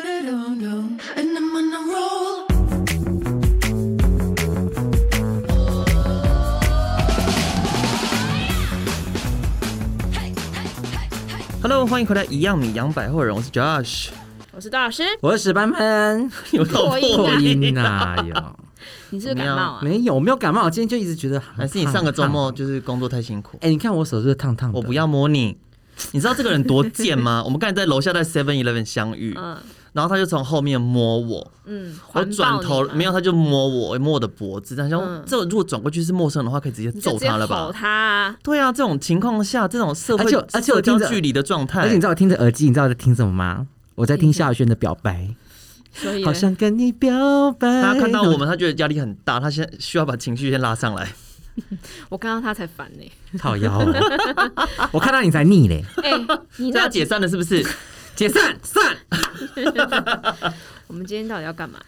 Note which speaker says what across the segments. Speaker 1: And I'm on a roll.
Speaker 2: 哈喽，欢迎回来，一样米阳百货人，我是 Josh，
Speaker 3: 我是大老师，
Speaker 4: 我是史班班，
Speaker 2: 有到
Speaker 3: 破音啊
Speaker 2: 破音
Speaker 4: 哪有？
Speaker 3: 你是不是感冒啊？
Speaker 4: 没有，我没有感冒，我今天就一直觉得很
Speaker 2: 还是你上个周末？就是工作太辛苦
Speaker 4: 哎、，你看我手是烫烫的，
Speaker 2: 我不要摸你。你知道这个人多贱吗？ 我们刚才在楼下在 Seven Eleven 相遇，
Speaker 3: 嗯
Speaker 2: 然后他就从后面摸我，
Speaker 3: 嗯，
Speaker 2: 我
Speaker 3: 环抱
Speaker 2: 转头
Speaker 3: 你嘛
Speaker 2: 没有，，他就摸我，摸我的脖子。他想，
Speaker 3: 嗯
Speaker 2: 这如果转过去是陌生人的话，可以直接
Speaker 3: 你就
Speaker 2: 揍
Speaker 3: 直接
Speaker 2: 他了
Speaker 3: 吼
Speaker 2: 吧？
Speaker 3: 他啊，
Speaker 2: 对啊，这种情况下，这种社会
Speaker 4: 而且而且我
Speaker 2: 社交
Speaker 4: 听着
Speaker 2: 距离的状态，
Speaker 4: 哎而且你知道我听着耳机，你知道我在听什么吗？我在听夏雨轩的《表白
Speaker 3: 所以》，呢
Speaker 4: 好想跟你表白。
Speaker 2: 他看到我们，他觉得压力很大，他先需要把情绪先拉上来。
Speaker 3: 我看到他才烦 呢。
Speaker 4: 讨腰哦，我看到你才腻嘞，
Speaker 3: 哎，你
Speaker 2: 这
Speaker 3: 那
Speaker 2: 要解散了是不是？
Speaker 4: 解散散。
Speaker 3: 我们今天到底要干嘛？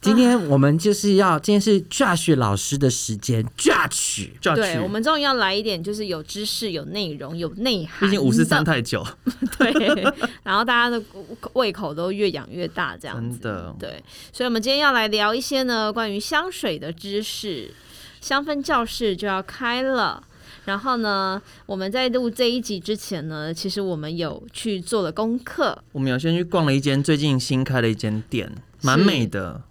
Speaker 4: 今天我们就是要，今天是 Josh 老师的时间，Josh。
Speaker 2: 就要去
Speaker 3: 对，我们终于要来一点，就是有知识、有内容、有内涵。
Speaker 2: 毕竟五十三太久，
Speaker 3: 对，然后大家的胃口都越养越大，这样子。
Speaker 2: 真的
Speaker 3: 对，所以我们今天要来聊一些呢关于香水的知识，香氛教室就要开了。然后呢，我们在录这一集之前呢，其实我们有去做了功课，
Speaker 2: 我们有先去逛了一间最近新开的一间店，蛮美的。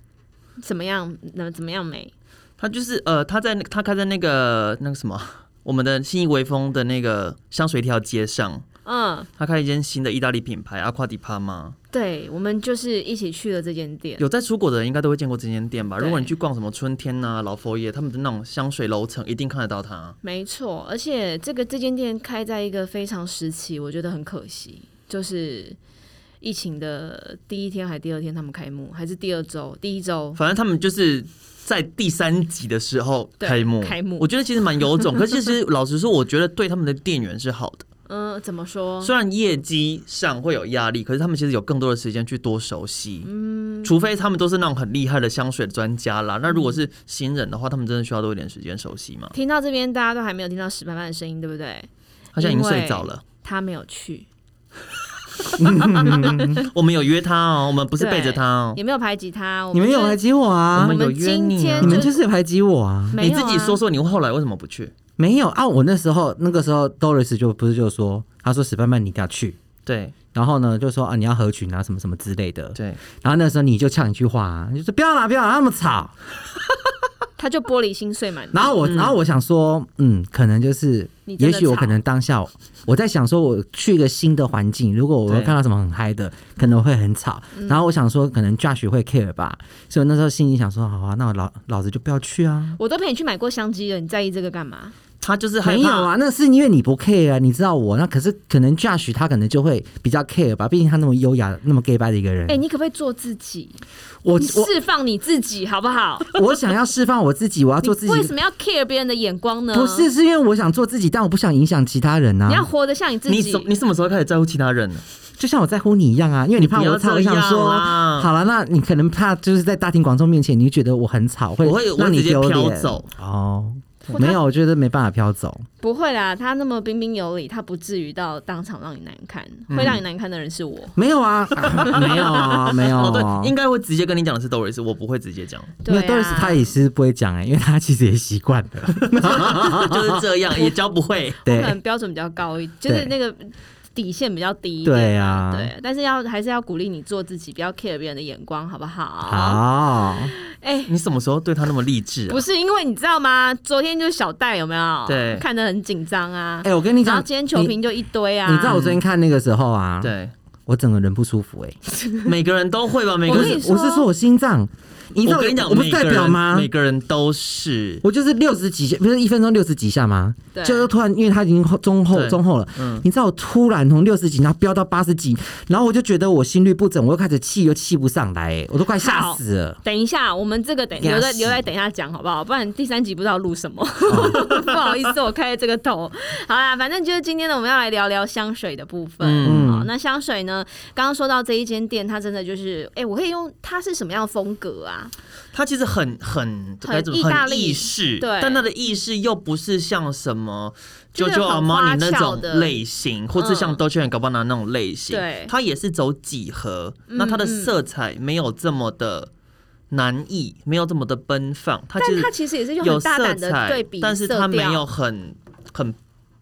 Speaker 3: 怎么样？那怎么样美？
Speaker 2: 它就是呃，它在那它开在那个那个什么，我们的新义微风的那个香水一条街上，
Speaker 3: 嗯，
Speaker 2: 它开了一间新的意大利品牌阿夸迪帕玛。
Speaker 3: 对，我们就是一起去了这间店。
Speaker 2: 有在出国的人应该都会见过这间店吧？
Speaker 3: 对
Speaker 2: 如果你去逛什么春天呐、老佛爷他们的那种香水楼层，一定看得到它。
Speaker 3: 没错，而且这个这间店开在一个非常时期，我觉得很可惜，就是疫情的第一天还第二天他们开幕，还是第二周第一周。
Speaker 2: 反正他们就是在第三集的时候
Speaker 3: 对
Speaker 2: 开幕，
Speaker 3: 开幕
Speaker 2: 我觉得其实蛮有种，可是其实老实说，我觉得对他们的店员是好的。
Speaker 3: 嗯、怎么说？
Speaker 2: 虽然业绩上会有压力，可是他们其实有更多的时间去多熟悉。嗯，除非他们都是那种很厉害的香水专家啦。那如果是新人的话，他们真的需要多一点时间熟悉嘛？
Speaker 3: 听到这边大家都还没有听到史班班的声音，对不对？
Speaker 2: 他现在已经睡着了。
Speaker 3: 他没有去，
Speaker 2: 我们有约他哦，我们不是
Speaker 3: 对
Speaker 2: 背着他哦。
Speaker 3: 也没有排挤他。我
Speaker 4: 你们
Speaker 3: 就
Speaker 4: 有排挤我
Speaker 2: 我
Speaker 4: 啊
Speaker 3: 我
Speaker 2: 们？有
Speaker 3: 们
Speaker 2: 约
Speaker 3: 今
Speaker 2: 你啊
Speaker 3: 天
Speaker 2: 你
Speaker 4: 你们就是排挤我啊？
Speaker 3: 没
Speaker 2: 你
Speaker 3: 有、啊、
Speaker 2: 自己说，说，你后来为什么不去？
Speaker 4: 没有啊，我那时候那个时候 Doris 就不是就说，他说史班班你一定要去，
Speaker 2: 对
Speaker 4: 然后呢就说啊你要合群啊什么什么之类的，
Speaker 2: 对，
Speaker 4: 然后那时候你就呛一句话、啊，你就说不要啦不要啦那么吵，
Speaker 3: 嗯他就玻璃心碎满地。
Speaker 4: 然后我、然后我想说，嗯，可能就是，
Speaker 3: 你真
Speaker 4: 也
Speaker 3: 的
Speaker 4: 许我
Speaker 3: 吵
Speaker 4: 可能当下我在想说，我去一个新的环境，如果我
Speaker 2: 对
Speaker 4: 看到什么很嗨的，可能会很吵，
Speaker 3: 嗯
Speaker 4: 然后我想说可能 Josh 会 care 吧，所以我那时候心里想说，好啊，那我老老子就不要去啊。
Speaker 3: 我都陪你去买过香鸡了，你在意这个干 嘛？
Speaker 2: 他就是害
Speaker 4: 没有
Speaker 2: 怕。
Speaker 4: 啊，那是因为你不 care 啊，你知道我那可是可能 Josh 他可能就会比较 care 吧，毕竟他那么优雅、那么 gay 拜的一个人。
Speaker 3: 哎、你可不可以做自己？
Speaker 4: 我
Speaker 3: 你释放你自己好不好？
Speaker 4: 我我想要释放我自己，我要做自
Speaker 3: 你为什
Speaker 4: 己，
Speaker 3: 么要 care 别人的眼光呢？
Speaker 4: 不是啊是因为我想做自己，但我不想影响其他人
Speaker 3: 你要
Speaker 4: 啊。
Speaker 3: 活得像你自
Speaker 2: 你
Speaker 3: 己
Speaker 2: 什。你什么时候开始在乎其他人呢？
Speaker 4: 就像我在乎你一样啊，因为你怕
Speaker 2: 你不
Speaker 4: 我
Speaker 2: 要
Speaker 4: 吵，
Speaker 2: 这
Speaker 4: 我想
Speaker 2: 样
Speaker 4: 说，
Speaker 3: 啊
Speaker 2: 啦
Speaker 4: 好了，那你可能怕就是在大庭广众面前，你会觉得我很吵，会
Speaker 2: 我会我会
Speaker 4: 让你
Speaker 2: 直接
Speaker 4: 丢
Speaker 2: 飘
Speaker 4: 脸
Speaker 2: 走
Speaker 4: 哦
Speaker 3: 我。
Speaker 4: 没有，我觉得没办法飘走。
Speaker 3: 不会啦，他那么彬彬有礼，他不至于到当场让你难看。
Speaker 4: 嗯
Speaker 3: 会让你难看的人是我。
Speaker 4: 没 有啊，啊没有啊，没有
Speaker 2: 哦，
Speaker 4: 啊。
Speaker 2: 对，应该会直接跟你讲的是 Doris，我不会直接 讲，
Speaker 4: 没
Speaker 3: 对
Speaker 4: 有
Speaker 3: 啊，
Speaker 4: ，Doris 他也是不会讲哎、因为他其实也习惯 了。
Speaker 2: 就是这样，也教不会。
Speaker 3: 可
Speaker 4: 对
Speaker 3: 能标准比较高一，就是那个底线比较低一点。
Speaker 4: 对啊，
Speaker 3: 对，但是要还是要鼓励你做自己，不要 care 别人的眼光，好不好？
Speaker 4: 好，
Speaker 3: 哎、
Speaker 2: 你什么时候对他那么励志啊
Speaker 3: 不？是因为你知道吗？昨天就是小戴有没有？
Speaker 2: 对
Speaker 3: 看得很紧张啊。
Speaker 4: 哎、我跟你
Speaker 3: 然
Speaker 4: 讲
Speaker 3: 后，今天球
Speaker 4: 你
Speaker 3: 评就一堆啊。
Speaker 4: 你知道我昨天看那个时候啊，
Speaker 2: 对，
Speaker 4: 我整个人不舒服哎、
Speaker 2: 每个人都会吧，每个
Speaker 3: 我
Speaker 4: 不
Speaker 3: 跟
Speaker 4: 是
Speaker 3: 你
Speaker 2: 人。
Speaker 3: 说
Speaker 4: 我是说我心脏，你知道
Speaker 2: 我跟你讲，
Speaker 4: 我不是
Speaker 2: 每个
Speaker 4: 代
Speaker 2: 人
Speaker 4: 表吗？
Speaker 2: 每个人都是，
Speaker 4: 我就是六十几下，不是一分钟六十几下吗？
Speaker 3: 对
Speaker 4: 就是突然，因为他已经后中后
Speaker 2: 对
Speaker 4: 中后了，
Speaker 2: 嗯
Speaker 4: 你知道我突然从六十几，然后飙到八十几，然后我就觉得我心率不整，我又开始气又气不上来、哎我都快吓死了。
Speaker 3: 等一下，我们这个等
Speaker 4: 给他
Speaker 3: 留在
Speaker 4: 洗
Speaker 3: 留在等一下讲好不好？不然第三集不知道录 什么。不好意思，我开了这个头。好啦，反正就是今天呢，我们要来聊聊香水的部分。
Speaker 2: 嗯
Speaker 3: 嗯，好，那香水呢？刚刚说到这一间店，它真的就是，哎、我可以用它是什么样的风格啊？
Speaker 2: 它其实很很
Speaker 3: 很
Speaker 2: 该怎么
Speaker 3: 意大利
Speaker 2: 很意式，
Speaker 3: 对
Speaker 2: 但它的意式又不是像什么
Speaker 3: 就
Speaker 2: JoJo
Speaker 3: 是很花
Speaker 2: Armani 那
Speaker 3: 俏
Speaker 2: 种
Speaker 3: 的
Speaker 2: 类型，或是像
Speaker 3: 嗯
Speaker 2: Dolce Gabbana 那种类型，
Speaker 3: 对嗯
Speaker 2: 它也是走几何，那它的色彩没有这么的难易，没有这么的奔放，它其
Speaker 3: 但
Speaker 2: 实
Speaker 3: 它其实也是用
Speaker 2: 有
Speaker 3: 很大
Speaker 2: 色
Speaker 3: 胆的
Speaker 2: 彩
Speaker 3: 对比，
Speaker 2: 但是
Speaker 3: 色
Speaker 2: 它没
Speaker 3: 调嗯
Speaker 2: 有很很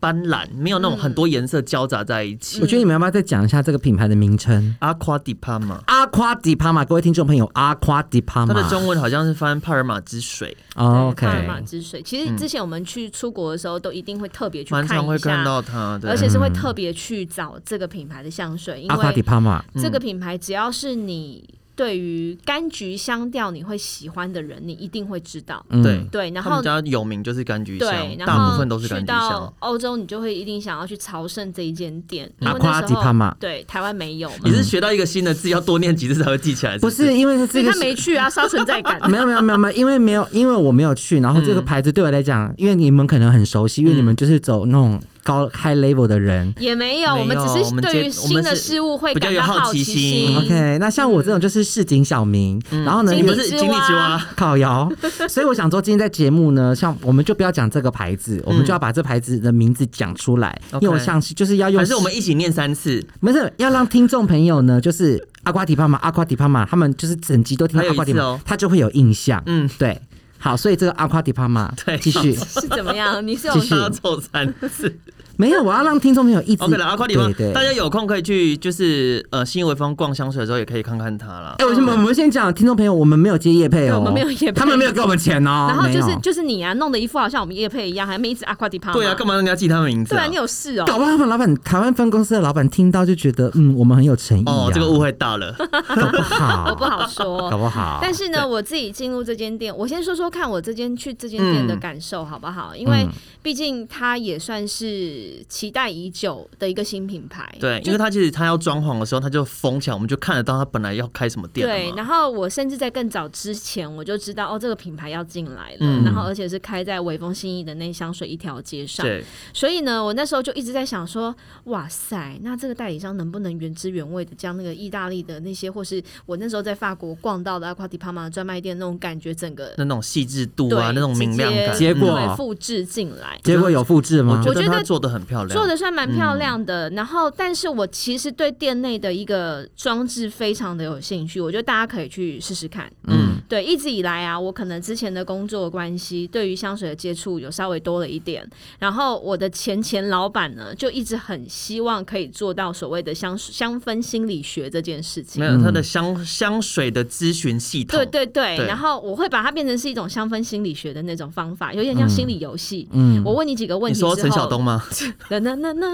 Speaker 2: 斑斓，没有那种很多颜色交杂在一起。
Speaker 4: 我觉得你们要不要再讲一下这个品牌的名称？
Speaker 2: 阿夸迪帕嘛，
Speaker 4: 阿夸迪帕玛，各位听众朋友，阿夸迪帕
Speaker 2: 它
Speaker 3: 啊
Speaker 4: 玛，
Speaker 2: 的中文好像是翻帕尔马之水，
Speaker 4: 哦
Speaker 3: 对帕尔
Speaker 4: OK，
Speaker 3: 马之水。其实之前我们去出国的时候，都一定会特别去看
Speaker 2: 嗯蛮
Speaker 3: 一
Speaker 2: 常会看
Speaker 3: 下，
Speaker 2: 到它的。嗯
Speaker 3: 而且是会特别去找这个品牌的香水，因
Speaker 4: 阿夸迪
Speaker 3: 为
Speaker 4: 帕玛，
Speaker 3: 这个品牌只要是你对于柑橘香调你会喜欢的人，你一定会知道。
Speaker 4: 嗯
Speaker 2: 对
Speaker 3: 对，然
Speaker 2: 他
Speaker 3: 后
Speaker 2: 们家有名就是柑橘
Speaker 3: 对
Speaker 2: 香，，
Speaker 3: 然
Speaker 2: 大部
Speaker 3: 后
Speaker 2: 分都是柑
Speaker 3: 去
Speaker 2: 橘
Speaker 3: 到
Speaker 2: 香。
Speaker 3: 欧洲，你就会一定想要去朝圣这一间店，因
Speaker 4: 阿
Speaker 3: 为
Speaker 4: 夸
Speaker 3: 那时
Speaker 4: 迪帕
Speaker 3: 候
Speaker 4: 玛
Speaker 3: 对台湾没有 嘛
Speaker 2: 你，是学到一个新的字，要多念几次才会记起
Speaker 3: 嗯
Speaker 2: 来？
Speaker 4: 不
Speaker 2: 不
Speaker 4: 是，因为
Speaker 3: 所
Speaker 4: 这
Speaker 3: 以
Speaker 4: 个
Speaker 3: 他
Speaker 4: 是
Speaker 3: 没去啊，刷存 在感。
Speaker 4: 没有没有没有没有，因为没有，因为我没有去。然后这个牌子对我来讲，因为你们可能很熟悉，因为你们就是走那种高 high level 的人。
Speaker 3: 也没有，
Speaker 2: 没
Speaker 3: 我们只
Speaker 2: 有我
Speaker 3: 是
Speaker 2: 们
Speaker 3: 对于
Speaker 2: 接我
Speaker 3: 新
Speaker 2: 们
Speaker 3: 的
Speaker 2: 是
Speaker 3: 事物会
Speaker 2: 比较
Speaker 3: 感
Speaker 2: 有
Speaker 3: 到
Speaker 2: 好
Speaker 3: 好
Speaker 2: 奇
Speaker 3: 奇
Speaker 2: 心 嗯
Speaker 4: OK，那像我这种就是市井小民，然后呢，
Speaker 3: 经
Speaker 2: 你不
Speaker 3: 理
Speaker 4: 又
Speaker 2: 是
Speaker 3: 之
Speaker 2: 经历之蛙
Speaker 3: 蛙，
Speaker 4: 烤窑，所以我想说，今天在节目呢，像我们就不要讲这个牌子，我们就要把这牌子的名字讲出来，
Speaker 2: 嗯 OK
Speaker 4: 因为我想是就是要用，
Speaker 2: 还是我们一起念三次？
Speaker 4: 不是要让听众朋友呢，就是阿瓜迪帕玛，阿瓜迪帕玛，他们就是整集都听到
Speaker 2: 还有
Speaker 4: 阿
Speaker 2: 一
Speaker 4: 瓜迪
Speaker 2: 次
Speaker 4: 帕
Speaker 2: 哦
Speaker 4: 玛，他就会有印象。
Speaker 2: 嗯
Speaker 4: 嗯，对，好，所以这个阿瓜迪帕玛，
Speaker 2: 对
Speaker 4: 继续。
Speaker 3: 是怎么样？你是有
Speaker 4: 继续
Speaker 2: 大家凑三 次。
Speaker 4: 没有，我要让听众朋友一直
Speaker 2: OK 了，阿夸迪
Speaker 4: 对
Speaker 2: 嘛
Speaker 4: 对，，
Speaker 2: 大家有空可以去，就是呃新微风逛香水的时候也可以看看它啦。
Speaker 3: 哦
Speaker 4: 哎，我先我们先讲听众朋友，我们没有接叶配
Speaker 3: 对
Speaker 4: 哦，
Speaker 3: 我们没有业配
Speaker 4: 他们没有给我们钱哦，
Speaker 3: 然后就
Speaker 4: 没
Speaker 3: 是
Speaker 4: 有
Speaker 3: 就是你啊，弄得一副好像我们叶配一样，还没一直阿夸迪帕。
Speaker 2: 对啊，干嘛让人家记他名字？
Speaker 3: 对啊，你有事哦。
Speaker 4: 搞不好他们老板台湾分公司的老板听到就觉得，嗯，我们很有诚意啊
Speaker 2: 哦，这个误会大 了。
Speaker 4: 搞 不好，
Speaker 3: 我不好
Speaker 4: 搞
Speaker 3: 说。
Speaker 4: 不好。
Speaker 3: 但是呢，我自己进入这间店，我先说说看我这间去这间店的
Speaker 2: 嗯
Speaker 3: 感受好不好？因为毕竟它也算是期待已久的一个新品牌。
Speaker 2: 对，
Speaker 3: 就
Speaker 2: 因为他其实他要装潢的时候，他就封起来，我们就看得到他本来要开什么店
Speaker 3: 对
Speaker 2: 了，嘛。
Speaker 3: 然后我甚至在更早之前我就知道哦，这个品牌要进来了，
Speaker 2: 嗯
Speaker 3: 然后而且是开在微风新意的那香水一条街上。
Speaker 2: 对，
Speaker 3: 所以呢，我那时候就一直在想说，哇塞，那这个代理商能不能原汁原味的将那个意大利的那些，或是我那时候在法国逛到的阿夸迪帕玛的专卖店那种感觉，整个
Speaker 2: 那那种细致度
Speaker 3: 对
Speaker 2: 啊，那种明亮感，嗯
Speaker 3: 直接
Speaker 4: 结果
Speaker 3: 对复制进来。
Speaker 4: 结果有复制
Speaker 2: 我
Speaker 4: 吗？
Speaker 2: 觉
Speaker 3: 我
Speaker 2: 得
Speaker 3: 觉得
Speaker 2: 他做的很漂亮，嗯
Speaker 3: 做的算蛮漂亮的，然后但是我其实对店内的一个装置非常的有兴趣，我觉得大家可以去试试看。
Speaker 2: 嗯，
Speaker 3: 对，一直以来啊，我可能之前的工作关系，对于香水的接触有稍微多了一点。然后我的前前老板呢，就一直很希望可以做到所谓的香香氛心理学这件事情
Speaker 2: 没。有它
Speaker 4: 嗯
Speaker 2: 的香香水的咨询系统
Speaker 3: 对，对对，
Speaker 2: 对
Speaker 3: 然后我会把它变成是一种香氛心理学的那种方法，有点像心理游戏。
Speaker 4: 嗯，
Speaker 3: 我问你几个问
Speaker 2: 你
Speaker 3: 题之后，
Speaker 2: 说陈晓东 吗？
Speaker 3: 那，那那那，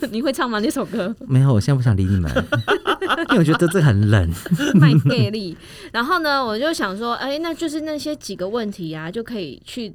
Speaker 3: 你会唱吗？那首歌？
Speaker 4: 没有，我现在不想理 你们，因为我觉得这很冷。
Speaker 3: 卖 gay 力。然后呢，我就想说，哎、那就是那些几个问题啊，就可以去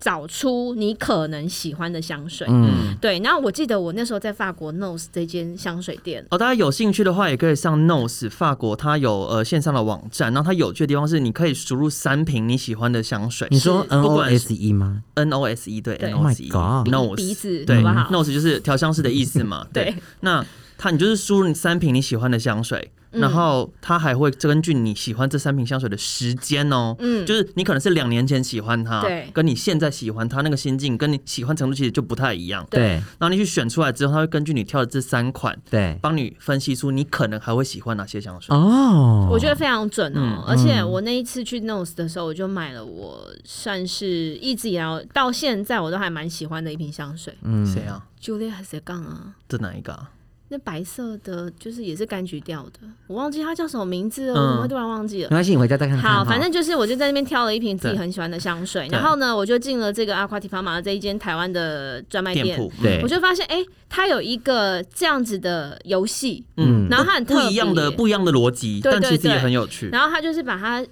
Speaker 3: 找出你可能喜欢的香水。
Speaker 4: 嗯，
Speaker 3: 对，然后我记得我那时候在法国 Nose 这间香水店，
Speaker 2: 哦，大家有兴趣的话，也可以上 Nose 法国，它有呃线上的网站。然后它有趣的地方是，你可以输入三瓶你喜欢的香水
Speaker 4: 你说
Speaker 3: 是
Speaker 4: N
Speaker 2: 不
Speaker 4: O
Speaker 2: 管是
Speaker 4: S E 吗？
Speaker 2: ，N O S E 对
Speaker 3: 对
Speaker 2: N O S E
Speaker 4: Oh my god
Speaker 2: Nose
Speaker 3: 鼻子
Speaker 2: 对
Speaker 3: 好不好
Speaker 2: ，Nose 就是调香师的意思嘛。 对
Speaker 3: 对，
Speaker 2: 那它你就是输入你三瓶你喜欢的香水，
Speaker 3: 嗯
Speaker 2: 然后它还会根据你喜欢这三瓶香水的时间哦，
Speaker 3: 嗯
Speaker 2: 就是你可能是两年前喜欢它，
Speaker 3: 对
Speaker 2: 跟你现在喜欢它那个心境跟你喜欢程度其实就不太一样。
Speaker 4: 对
Speaker 2: 然后你去选出来之后，它会根据你挑的这三款，
Speaker 4: 对，
Speaker 2: 帮你分析出你可能还会喜欢哪些香水。
Speaker 4: 哦，
Speaker 3: 我觉得非常准
Speaker 2: 嗯
Speaker 3: 哦。而且我那一次去 Nose 的时候，我就买了我算是一直以来到现在我都还蛮喜欢的一瓶香水、
Speaker 2: 谁啊？
Speaker 3: j u l i a 还是杠啊。
Speaker 2: 这哪一个啊？
Speaker 3: 那白色的，就是也是柑橘调的，我忘记它叫什么名字了，
Speaker 2: 嗯
Speaker 3: 我怎么会突然忘记了
Speaker 4: 没？关系，你回家再看看。
Speaker 3: 好，反正就是我就在那边挑了一瓶自己
Speaker 2: 对
Speaker 3: 很喜欢的香水，
Speaker 2: 对
Speaker 3: 然后呢，我就进了这个阿夸提法玛这一间台湾的专卖
Speaker 2: 店
Speaker 3: 店，
Speaker 2: 铺嗯
Speaker 4: 对
Speaker 3: 我就发现哎、诶它有一个这样子的游戏，
Speaker 2: 嗯，
Speaker 3: 然后它很
Speaker 2: 不
Speaker 3: 特
Speaker 2: 一样的
Speaker 3: 别
Speaker 2: 不一样的逻辑，
Speaker 3: 对
Speaker 2: 但
Speaker 3: 对
Speaker 2: 其实也
Speaker 3: 对
Speaker 2: 很有趣。
Speaker 3: 然后它就是把它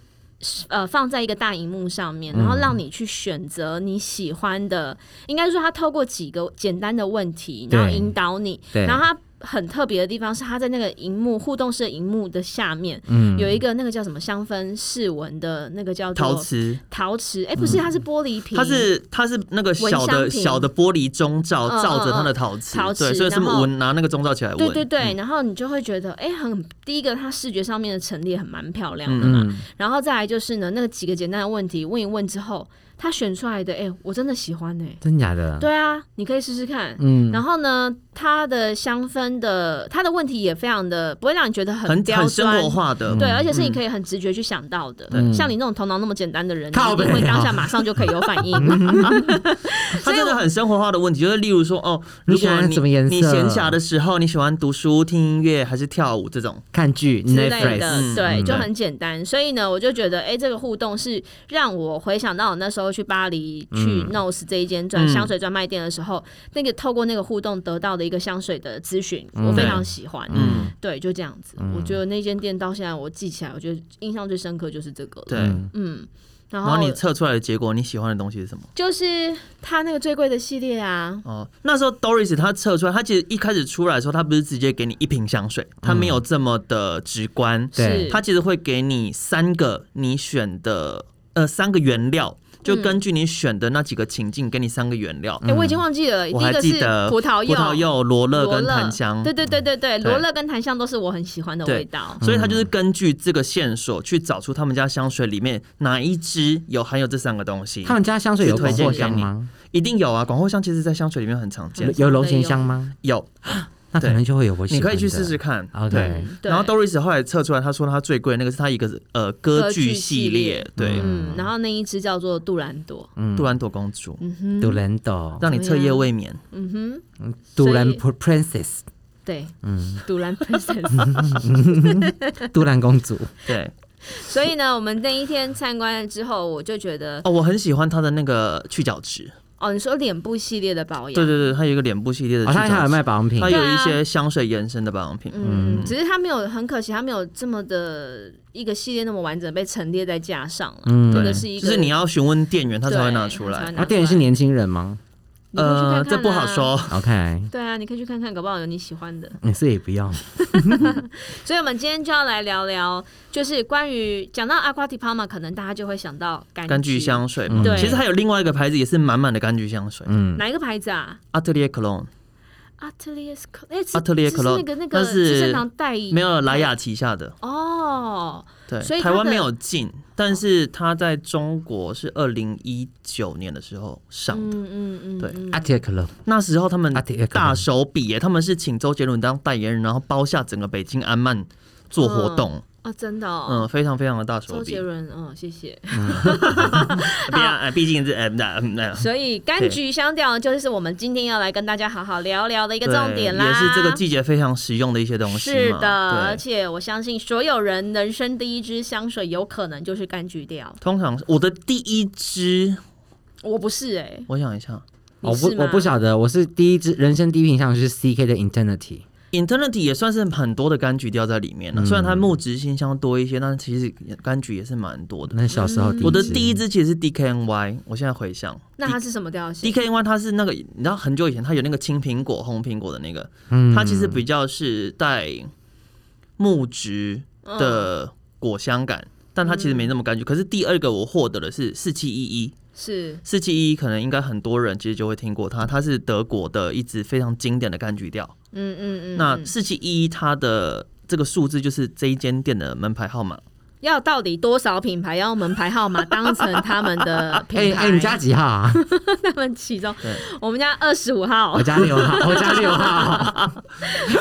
Speaker 3: 呃放在一个大荧幕上面，
Speaker 2: 嗯
Speaker 3: 然后让你去选择你喜欢的，应该说它透过几个简单的问题，
Speaker 4: 对
Speaker 3: 然后引导你，
Speaker 4: 对
Speaker 3: 然后它。很特别的地方是，它在那个荧幕互动式的荧幕的下面，
Speaker 4: 嗯
Speaker 3: 有一个那个叫什么香氛饰纹的那个叫做
Speaker 2: 陶瓷。
Speaker 3: 陶瓷，哎、不是，它是玻璃
Speaker 2: 嗯
Speaker 3: 瓶，
Speaker 2: 它是它是那个小
Speaker 3: 蚊香
Speaker 2: 的
Speaker 3: 瓶
Speaker 2: 小的玻璃钟罩
Speaker 3: 嗯
Speaker 2: 罩着它
Speaker 3: 嗯
Speaker 2: 的
Speaker 3: 嗯
Speaker 2: 陶瓷，
Speaker 3: 陶
Speaker 2: 对，
Speaker 3: 瓷
Speaker 2: 所以是
Speaker 3: 然后
Speaker 2: 闻拿那个钟罩起来闻，
Speaker 3: 对对对，
Speaker 2: 嗯
Speaker 3: 然后你就会觉得，哎、很第一个，它视觉上面的陈列很蛮漂亮的啦。
Speaker 4: 嗯
Speaker 3: 然后再来就是呢，那个几个简单的问题问一问之后，他选出来的，哎、我真的喜欢呢、
Speaker 2: 嗯
Speaker 4: 真假的？
Speaker 3: 对啊，你可以试试看。
Speaker 4: 嗯，
Speaker 3: 然后呢，它的香氛的，它的问题也非常的不会让你觉得
Speaker 2: 很
Speaker 3: 刁
Speaker 2: 很生
Speaker 3: 钻
Speaker 2: 活，化嗯的，
Speaker 3: 对，而且是你可以很直觉去想到的。
Speaker 4: 嗯
Speaker 3: 像你那种头脑那么简单的人，你
Speaker 4: 靠
Speaker 3: 一定
Speaker 4: 北
Speaker 3: 会当
Speaker 4: 啊
Speaker 3: 下马上就可以有 反应。
Speaker 2: 它真的很生活化的问题，就是例如说哦，
Speaker 4: 你
Speaker 2: 如果
Speaker 4: 喜欢什么颜色
Speaker 2: 你闲暇的时候，你喜欢读书、听音乐还是跳舞这种？
Speaker 4: 看剧
Speaker 3: 之类
Speaker 4: Netflix，
Speaker 3: 的，
Speaker 2: 嗯
Speaker 3: 对，
Speaker 4: 嗯
Speaker 3: 就很简单。所以呢，我就觉得，哎、这个互动是让我回想到我那时候去巴黎去 Nose E 这一间专、
Speaker 2: 嗯
Speaker 3: 香水专卖店的时候，那个透过那个互动得到的一个香水的咨询，
Speaker 4: 嗯
Speaker 3: 我非常喜欢。
Speaker 2: 嗯，
Speaker 3: 对，就这样子。我觉得那间店到现在我记起来，我觉得印象最深刻就是这个了。
Speaker 2: 对。
Speaker 4: 嗯
Speaker 3: 嗯，
Speaker 2: 然
Speaker 3: 然
Speaker 2: 后
Speaker 3: 后
Speaker 2: 你测出来的结果，你喜欢的东西是什么？
Speaker 3: 就是它那个最贵的系列啊，
Speaker 2: 哦，那时候 Doris 她测出来，她其实一开始出来的时候，她不是直接给你一瓶香水，她没有这么的直观，
Speaker 4: 嗯对
Speaker 3: 是
Speaker 2: 她其实会给你三个你选的呃三个原料，
Speaker 3: 嗯
Speaker 2: 就根据你选的那几个情境给你三个原料。
Speaker 4: 嗯
Speaker 3: 哎、我已经忘记了，第
Speaker 2: 嗯我
Speaker 3: 一
Speaker 2: 还
Speaker 3: 个
Speaker 2: 记
Speaker 3: 是
Speaker 2: 得
Speaker 3: 葡萄柚、
Speaker 2: 葡萄柚、罗勒跟檀香，
Speaker 3: 对对对对对，
Speaker 2: 对
Speaker 3: 罗勒跟檀香都是我很喜欢的
Speaker 2: 对
Speaker 3: 味
Speaker 4: 嗯
Speaker 3: 道。
Speaker 2: 所以他就是根据这个线索去找出他们家香水里面哪一支有含有这三个东西
Speaker 4: 他。们家香水有
Speaker 2: 是推荐
Speaker 4: 广藿
Speaker 2: 给
Speaker 4: 香
Speaker 2: 你
Speaker 4: 吗？
Speaker 2: 一定有啊，广藿香其实在香水里面很常见
Speaker 3: 嗯。
Speaker 4: 有龙涎香吗？
Speaker 2: 有，
Speaker 4: 那可能就会有我喜
Speaker 2: 你
Speaker 4: 欢的。
Speaker 2: 可以去试试看。对。
Speaker 4: OK，
Speaker 3: 对
Speaker 2: 然后 Doris 后来测出来，他说他最贵的那个是他一个呃歌剧系列，对，
Speaker 3: 嗯，然后那一只叫做杜兰朵，
Speaker 2: 杜兰朵公主，
Speaker 3: 嗯哼，
Speaker 4: 杜兰朵，
Speaker 2: 让你彻夜未眠。
Speaker 3: 嗯哼，
Speaker 4: 杜兰
Speaker 3: 所以
Speaker 4: pr- Princess，
Speaker 3: 对，嗯，杜 兰 princess。
Speaker 4: 杜兰公主。
Speaker 2: 对，
Speaker 3: 所以呢，我们那一天参观了之后，我就觉得，
Speaker 2: 哦，我很喜欢他的那个去角质，
Speaker 3: 哦，你说脸部系列的保养，
Speaker 2: 对对对，他有一个脸部系列的
Speaker 4: 好
Speaker 2: 去
Speaker 4: 像哦还
Speaker 2: 角
Speaker 4: 有
Speaker 2: 质
Speaker 4: 卖，保养品
Speaker 2: 他，有一
Speaker 3: 对啊
Speaker 2: 些香水延伸的保养品。
Speaker 3: 嗯，只是它没有，很可惜，它没有这么的一个系列那么完整被陈列在架上了。
Speaker 4: 嗯
Speaker 3: 这个
Speaker 2: 对
Speaker 3: 是一个，
Speaker 2: 就是你要询问店员，他
Speaker 3: 对
Speaker 2: 才会拿出来。。
Speaker 4: 啊，店员是年轻人吗
Speaker 3: 你可以去看看啊
Speaker 2: 呃，这不好说。
Speaker 4: ？OK，
Speaker 3: 对啊，你可以去看看，搞不好有你喜欢的。
Speaker 4: 你是也不要，
Speaker 3: 所以，我们今天就要来聊聊，就是关于讲到 Aquatipama，可能大家就会想到柑
Speaker 2: 柑橘，香水嘛
Speaker 4: 嗯，对
Speaker 2: 其实还有另外一个牌子也是满满的柑橘香水
Speaker 4: 嗯，
Speaker 3: 哪一个牌子啊
Speaker 2: ，Atelier Cologne，
Speaker 3: ？Atelier Cologne，哎
Speaker 2: Atelier
Speaker 3: 这是
Speaker 2: Cologne，
Speaker 3: 那个那个
Speaker 2: 那是
Speaker 3: 资生堂代言，
Speaker 2: 没有莱雅旗下的，
Speaker 3: 哦，
Speaker 2: 对
Speaker 3: 所以，它
Speaker 2: 台
Speaker 3: 的
Speaker 2: 湾没有进，但是它在中国是二零一九年的时候上
Speaker 3: 嗯
Speaker 2: 的，
Speaker 3: 嗯嗯，
Speaker 2: 对
Speaker 3: 嗯
Speaker 4: 阿铁克勒，
Speaker 2: 那时候他们
Speaker 4: Atelier Cologne
Speaker 2: 大手笔耶，他们是请周杰伦当代言人，然后包下整个北京安曼做活动，
Speaker 3: 哦，真的哦，
Speaker 2: 嗯，非常非常的大手
Speaker 3: 周
Speaker 2: 笔
Speaker 3: 杰，伦，嗯，谢谢。
Speaker 2: 毕竟毕竟是呃那那。
Speaker 3: 所以柑橘香调就是我们今天要来跟大家好好聊聊的一个重点啦，
Speaker 2: 也是这个季节非常实用的一些东西嘛。
Speaker 3: 是的，
Speaker 2: 对
Speaker 3: 而且我相信所有人人生第一支香水有可能就是柑橘调。
Speaker 2: 通常我的第一支，
Speaker 3: 我不是哎、
Speaker 2: 我想一下
Speaker 3: 你
Speaker 4: 哦我不
Speaker 3: 是吗
Speaker 4: 我不晓得，我是第一支人生第一瓶香水是 CK 的 Eternity，
Speaker 2: ，Eternity 也算是很多的柑橘调在里面了、虽然它木质清香多一些，但是其实柑橘也是蛮多的。
Speaker 4: 那小时候第一
Speaker 2: 嗯我的第一
Speaker 4: 支
Speaker 2: 支其实是 DKNY，我现在回想
Speaker 3: 那它是什么调性？
Speaker 2: ，DKNY 它是那个你知道很久以前它有那个青苹果、红苹果的那个，
Speaker 4: 嗯
Speaker 2: 它其实比较是带木质的果香
Speaker 3: 嗯
Speaker 2: 感，但它其实没那么柑橘。可是第二个我获得的是四七一一，
Speaker 3: 是
Speaker 2: 四七一可能应该很多人其实就会听过它，它是德国的一支非常经典的柑橘调。
Speaker 3: 嗯嗯嗯，
Speaker 2: 那
Speaker 3: 嗯
Speaker 2: 四七一它的这个数字就是这一间店的门牌号码，
Speaker 3: 要到底多少品牌要门牌号码当成他们的
Speaker 4: 哎
Speaker 3: 品牌？
Speaker 4: 哎，你家几号 啊？
Speaker 3: 他们其中
Speaker 2: 对，
Speaker 3: 我们家二十五号
Speaker 4: 我，家 六号，我家六号。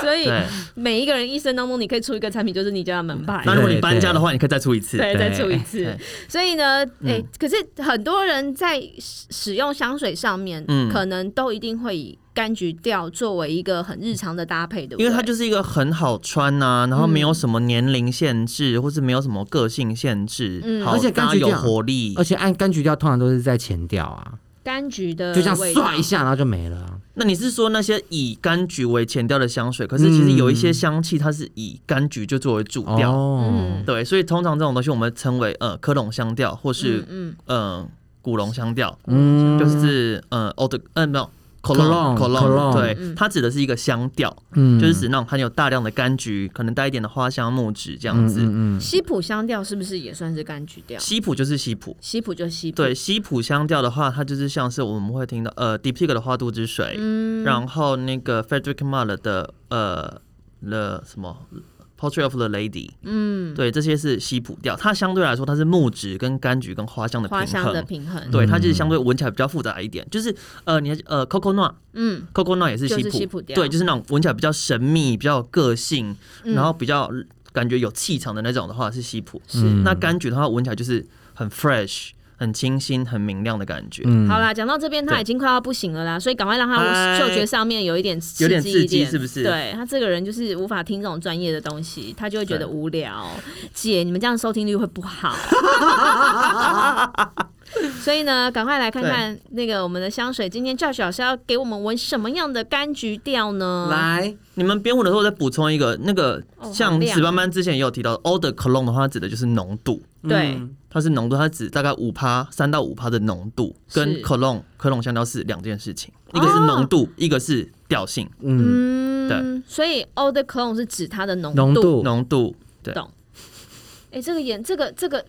Speaker 3: 所以
Speaker 2: 对
Speaker 3: 每一个人一生当中，你可以出一个产品，就是你家的门牌。
Speaker 2: 嗯那如果你
Speaker 4: 对
Speaker 2: 搬家
Speaker 4: 对
Speaker 2: 的话，你可以再出一次。
Speaker 3: 对，再
Speaker 4: 对
Speaker 3: 出一次
Speaker 2: 对。嗯
Speaker 3: 所以呢，哎、可是很多人在使使用香水上面，
Speaker 2: 嗯
Speaker 3: 可能都一定会以柑橘调作为一个很日常的搭配，对不对？
Speaker 2: 因为它就是一个很好穿呐、然后没有什么年龄限制，或是没有什么个性限制，
Speaker 3: 嗯
Speaker 2: 好
Speaker 4: 嗯而且柑
Speaker 2: 搭
Speaker 4: 橘
Speaker 2: 有
Speaker 4: 调
Speaker 2: 活力
Speaker 4: 而。且按柑橘调通常都是在前调啊，
Speaker 3: 柑橘的
Speaker 4: 就这样
Speaker 3: 味道
Speaker 4: 唰一。下，然后就没了啊。
Speaker 2: 那你是说那些以柑橘为前调的香水，可是其实有一些香气它是以柑橘就作为主调，
Speaker 4: 哦，
Speaker 3: 嗯
Speaker 2: 对，所以通常这种东西我们称为
Speaker 4: 嗯
Speaker 2: 呃科隆香调，或是呃
Speaker 3: 嗯嗯
Speaker 2: 嗯，古龙香调，
Speaker 4: 嗯
Speaker 2: 就是呃 old 呃没有 cologne
Speaker 4: Cologne，
Speaker 2: cologne，
Speaker 4: Cologne
Speaker 2: 对，它指的是一个香调，
Speaker 4: 嗯
Speaker 2: 就是指那种含有大量的柑橘，可能带一点的花香、木质这样
Speaker 4: 嗯
Speaker 2: 子。
Speaker 4: 嗯嗯，
Speaker 3: 西普香调是不是也算是柑橘调？
Speaker 2: 西普就是西普，
Speaker 3: 西普就西普，
Speaker 2: 对，西普香调的话，它就是像是我们会听到呃 d e p i c 的《花都之水》
Speaker 3: 嗯
Speaker 2: 然后那个 Frederick Malle 的呃 The 什么 Portrait of the Lady，嗯，对，这些是西普调，它相对来说它是木质跟柑橘跟花香的平
Speaker 3: 花
Speaker 2: 衡，
Speaker 3: 香的平衡，
Speaker 2: 对，它就是相对闻起来比较复杂一点，就是呃，你还呃，Coco n o
Speaker 3: 嗯
Speaker 2: c o c o n o 也是西普，
Speaker 3: 就是西普调
Speaker 2: 对，就是那种闻起来比较神秘、比较有个性，
Speaker 3: 嗯
Speaker 2: 然后比较感觉有气场的那种的话是西普。
Speaker 3: 是
Speaker 2: 那
Speaker 4: 嗯
Speaker 2: 柑橘的话，闻起来就是很 fresh、很清新、很明亮的感觉。
Speaker 4: 嗯
Speaker 3: 好啦，讲到这边他
Speaker 2: 对
Speaker 3: 已经快要不行了啦，所以赶快让他
Speaker 2: 哎
Speaker 3: 嗅觉上面有一点刺激
Speaker 2: 有点刺激
Speaker 3: 一点
Speaker 2: 是不是
Speaker 3: 对他这个人就是无法听这种专业的东西，他就会觉得
Speaker 2: 对
Speaker 3: 无聊。姐，你们这样收听率会 不好。所以呢，赶快来看看那个我们的香水，今天 Josh 老师要给我们闻什么样的柑橘调呢？
Speaker 4: 来，
Speaker 2: 你们边闻的时候再补充一个，那个
Speaker 3: 哦好
Speaker 2: 像
Speaker 3: 亮
Speaker 2: 史班班之前也有提到，Eau de Cologne 的话，它指的就是浓度，
Speaker 3: 对，
Speaker 4: 嗯
Speaker 2: 它是浓度，它指大概五趴三到五趴的浓度，跟
Speaker 3: 是哦
Speaker 2: Cologne Cologne 香料是两件事情，一个是浓度，一个是调性，
Speaker 4: 嗯，
Speaker 3: 嗯，所以 Old Cologne 是指它的浓
Speaker 4: 浓度
Speaker 2: 浓度。对，
Speaker 3: 懂哎、这个颜，这个这个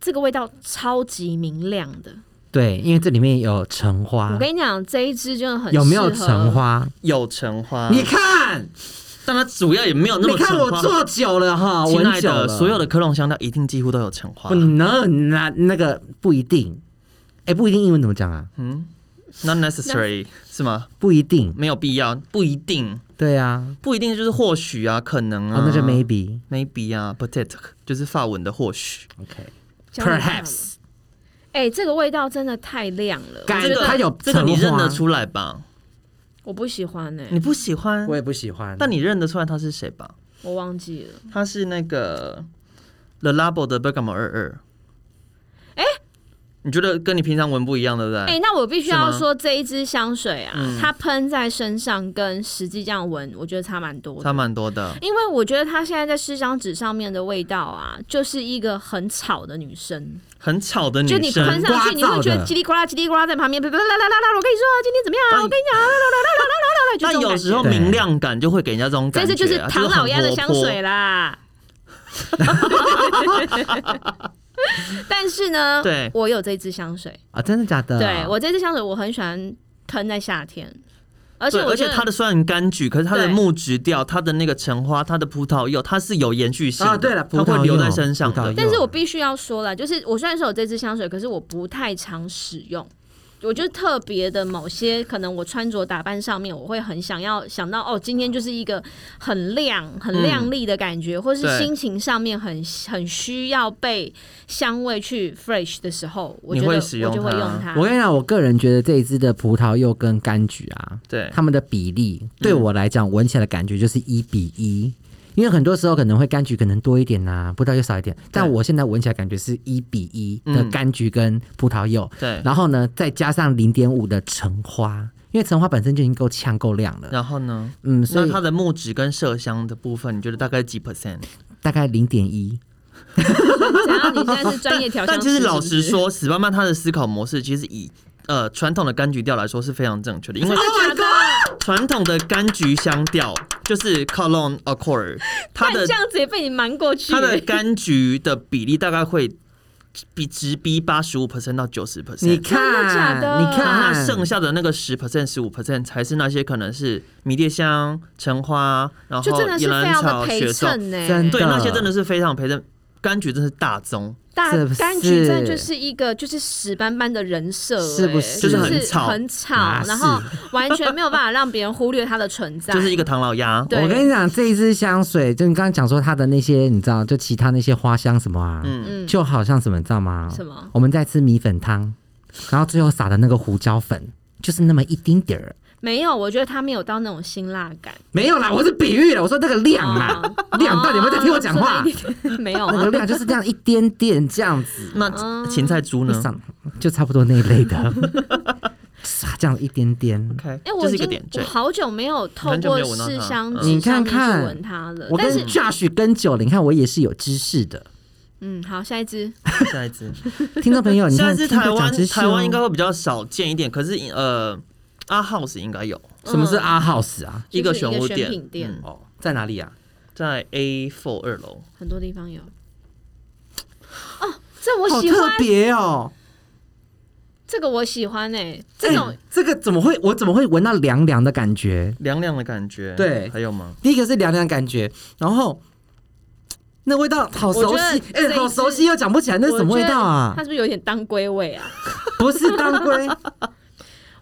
Speaker 3: 这个味道超级明亮的。
Speaker 4: 对，因为这里面有橙花
Speaker 3: 我，跟你讲，这一支真的很
Speaker 4: 有没有
Speaker 3: 适合
Speaker 4: 橙？花？
Speaker 2: 有橙花，
Speaker 4: 你看，
Speaker 2: 但它主要也没有那
Speaker 4: 你
Speaker 2: 么
Speaker 4: 看
Speaker 2: 橙
Speaker 4: 我
Speaker 2: 花。
Speaker 4: 做久了哈，
Speaker 2: 亲爱
Speaker 4: 闻啊久
Speaker 2: 的，
Speaker 4: 了嗯
Speaker 2: 所有的科隆香料一定几乎都有橙花
Speaker 4: 不。能那那个不一定，哎，不一定英文怎么讲啊？
Speaker 2: Not necessary 是吗？
Speaker 4: 不一定，
Speaker 2: 没有必要，不一定，
Speaker 4: 对啊，
Speaker 2: 不一定就是或许啊，可能啊，
Speaker 4: 哦，那就 maybe。
Speaker 2: maybe 啊，potato 就是法文的或许。
Speaker 4: OK，
Speaker 3: 教你看
Speaker 4: Perhaps
Speaker 3: 哎、这个味道真的太亮了，
Speaker 4: 柑
Speaker 3: 我觉得
Speaker 4: 哎它有
Speaker 2: 这个你
Speaker 4: 橙
Speaker 2: 认
Speaker 4: 花
Speaker 2: 得出来吧？
Speaker 3: 我不喜欢呢、
Speaker 2: 你不喜欢，
Speaker 4: 也不喜欢
Speaker 2: 但你认得出来他是谁吧？
Speaker 3: 我忘记了。
Speaker 2: 他是那个 The Labo 的 Bergamo 二二。
Speaker 3: 哎
Speaker 2: 你觉得跟你平常闻不一样，对不对？
Speaker 3: 哎、那我必须要
Speaker 2: 是吗
Speaker 3: 说，这一支香水啊，它喷在身上跟实际这样闻，我觉得差蛮多的
Speaker 2: 差。蛮多的。
Speaker 3: 因为我觉得她现在在湿张纸上面的味道啊，就是一个很吵的女生，
Speaker 2: 很吵的女
Speaker 3: 就
Speaker 2: 生，
Speaker 3: 你喷上去，你会觉得叽里呱啦叽里呱啦在旁边，啦啦啦啦啦，我跟你说今天怎么样啊？我跟你讲啊，啦啦啦啦啦啦啦啦，
Speaker 2: 但有时候
Speaker 4: 感觉
Speaker 2: 明亮感就会给人家这种感
Speaker 3: 这
Speaker 2: 觉、
Speaker 3: 次
Speaker 2: 啊，
Speaker 3: 就是唐老鸭的香水
Speaker 2: 了。
Speaker 3: 啦。但是呢，
Speaker 2: 对嗯
Speaker 3: 我有这支香水，
Speaker 4: 啊，真的假的？
Speaker 3: 对我这支香水我很喜欢喷在夏天，而且
Speaker 2: 对，
Speaker 3: 我
Speaker 2: 而
Speaker 3: 觉
Speaker 2: 且
Speaker 3: 得
Speaker 2: 它的虽然柑橘，可是它的
Speaker 3: 对
Speaker 2: 木质调、它的那个橙花、它的葡萄柚，它是有延续性的。
Speaker 4: 啊对了葡
Speaker 2: 它
Speaker 4: 萄
Speaker 2: 会留
Speaker 4: 柚
Speaker 2: 在身上
Speaker 4: 葡萄
Speaker 2: 的
Speaker 4: 柚。
Speaker 3: 但是我必须要说了，就是我虽然说有这支香水，可是我不太常使用。我就特别的某些，可能我穿着打扮上面，我会很想要想到哦，今天就是一个很亮、很亮丽的感觉，或
Speaker 2: 嗯
Speaker 3: 是
Speaker 2: 对
Speaker 3: 心情上面很很需要被香味去 fresh 的时候，我
Speaker 2: 你
Speaker 3: 觉得
Speaker 2: 会使用
Speaker 3: 我就会
Speaker 2: 它
Speaker 3: 用它。
Speaker 4: 我跟你讲，我个人觉得这一支的葡萄柚跟柑橘啊，
Speaker 2: 对
Speaker 4: 它们的比例对我来讲，闻起来的感觉就是一比一。因为很多时候可能会柑橘可能多一点呐、葡萄柚少一点，但我现在闻起来感觉是一比一的
Speaker 2: 嗯
Speaker 4: 柑橘跟葡萄柚，
Speaker 2: 对
Speaker 4: 然后呢再加上零点五的橙花，因为橙花本身就已经够呛够亮了，
Speaker 2: 然后呢？
Speaker 4: 嗯，所
Speaker 2: 那
Speaker 4: 以
Speaker 2: 它的木质跟麝香的部分，你觉得大概几 percent？
Speaker 4: 大概零点一，
Speaker 3: 然后你现在是专业调香
Speaker 2: 但
Speaker 3: 师
Speaker 2: 其实老
Speaker 3: 是
Speaker 2: 实
Speaker 3: 不 是，
Speaker 2: 说，史班曼他的思考模式其实以呃传统的柑橘调来说是非常正确的，因为
Speaker 3: 真的假的？
Speaker 2: 传统的柑橘香调就是 Cologne Accord，它
Speaker 3: 但
Speaker 2: 的
Speaker 3: 这样子也被你瞒过去
Speaker 2: 它。的柑橘的比例大概会比直逼八十五 percent 到九十 percent。
Speaker 4: 你
Speaker 3: 真的假
Speaker 4: 看，
Speaker 3: 的
Speaker 4: 你
Speaker 2: 然后
Speaker 4: 看，
Speaker 2: 它剩下的那个十 percent、十五 percent 才是那些可能是迷迭香、橙花，然
Speaker 3: 就
Speaker 2: 后
Speaker 3: 真的
Speaker 2: 野
Speaker 3: 是非
Speaker 2: 兰
Speaker 3: 常
Speaker 2: 草、
Speaker 3: 的
Speaker 2: 雪
Speaker 3: 陪
Speaker 2: 松，
Speaker 3: 衬呢、
Speaker 4: 真的
Speaker 2: 对，那些真的是非常陪衬。柑橘真是大宗，
Speaker 3: 大
Speaker 4: 是不是
Speaker 3: 柑橘真的就是一个就是屎斑斑的人设、欸，
Speaker 4: 是不是
Speaker 3: 就
Speaker 4: 就是
Speaker 2: 很吵
Speaker 3: 很吵
Speaker 4: 啊
Speaker 3: 然后 完全没有办法让别人忽略它的存在，
Speaker 2: 就是一个唐老鸭。
Speaker 3: 对
Speaker 4: 我跟你讲，这一支香水，就你刚刚讲说它的那些，你知道，就其他那些花香什么啊，
Speaker 2: 嗯
Speaker 4: 就好像什么，你知道吗？
Speaker 3: 什么
Speaker 4: 我们在吃米粉汤，然后最后撒的那个胡椒粉，就是那么一丁点儿。
Speaker 3: 没有，我觉得它没有到那种辛辣感。
Speaker 4: 没有啦，我是比喻了，我说那个量啊，
Speaker 3: 哦
Speaker 4: 量到底有没有在听我讲话？
Speaker 3: 啊？ 没有
Speaker 4: 那个
Speaker 3: 啊，
Speaker 4: 量就是这样一点点这样子，
Speaker 3: 哦
Speaker 2: 那芹菜猪
Speaker 4: 一
Speaker 2: 呢
Speaker 4: 上就差不多那一类的，撒这样一点点。
Speaker 2: ？OK，
Speaker 3: 哎，
Speaker 2: 就
Speaker 3: 我
Speaker 2: 是
Speaker 3: 已
Speaker 2: 一个
Speaker 3: 经
Speaker 2: 点
Speaker 3: 我
Speaker 2: 缀。
Speaker 3: 好久没有透
Speaker 2: 很久
Speaker 3: 过
Speaker 2: 没有闻到它
Speaker 3: 试香
Speaker 2: 嗯
Speaker 3: 纸上面
Speaker 4: 你看
Speaker 3: 去
Speaker 4: 看
Speaker 3: 闻它了
Speaker 4: 我，
Speaker 3: 但
Speaker 4: 跟
Speaker 3: 是
Speaker 4: Josh 跟九零，看我也是有知识的
Speaker 3: 嗯，好，下一支
Speaker 2: 下一支，
Speaker 4: 听众朋友，你
Speaker 2: 下一
Speaker 4: 看
Speaker 2: 支
Speaker 4: 听
Speaker 2: 台
Speaker 4: 我讲
Speaker 2: 湾
Speaker 4: 知识哦
Speaker 2: 台湾应该会比较少见一点，可是呃，啊 House 应该有
Speaker 3: 嗯
Speaker 4: 什么是阿 house 啊？
Speaker 3: 就是
Speaker 2: 一个
Speaker 3: 选
Speaker 2: 选物
Speaker 3: 选
Speaker 2: 店
Speaker 3: 品店，
Speaker 2: 嗯
Speaker 4: 哦，在哪里啊？
Speaker 2: 在 A Four 二楼，
Speaker 3: 很多地方有。哦，哦这我
Speaker 4: 好
Speaker 3: 喜
Speaker 4: 特
Speaker 3: 欢，
Speaker 4: 别哦！
Speaker 3: 这个我喜欢哎、这种、
Speaker 4: 哎这个怎么会？我怎么会闻到凉凉的感觉？
Speaker 2: 凉凉的感觉。
Speaker 4: 对
Speaker 2: 还有吗？
Speaker 4: 第一个是凉凉的感觉，然后那味道好熟
Speaker 3: 我觉
Speaker 4: 悉
Speaker 3: 得，
Speaker 4: 哎、
Speaker 3: 这一
Speaker 4: 好
Speaker 3: 支
Speaker 4: 熟悉又讲不起来，那是什么味
Speaker 3: 我
Speaker 4: 道
Speaker 3: 觉得
Speaker 4: 啊
Speaker 3: 它？是不是有点当归味啊？
Speaker 4: 不是 当归，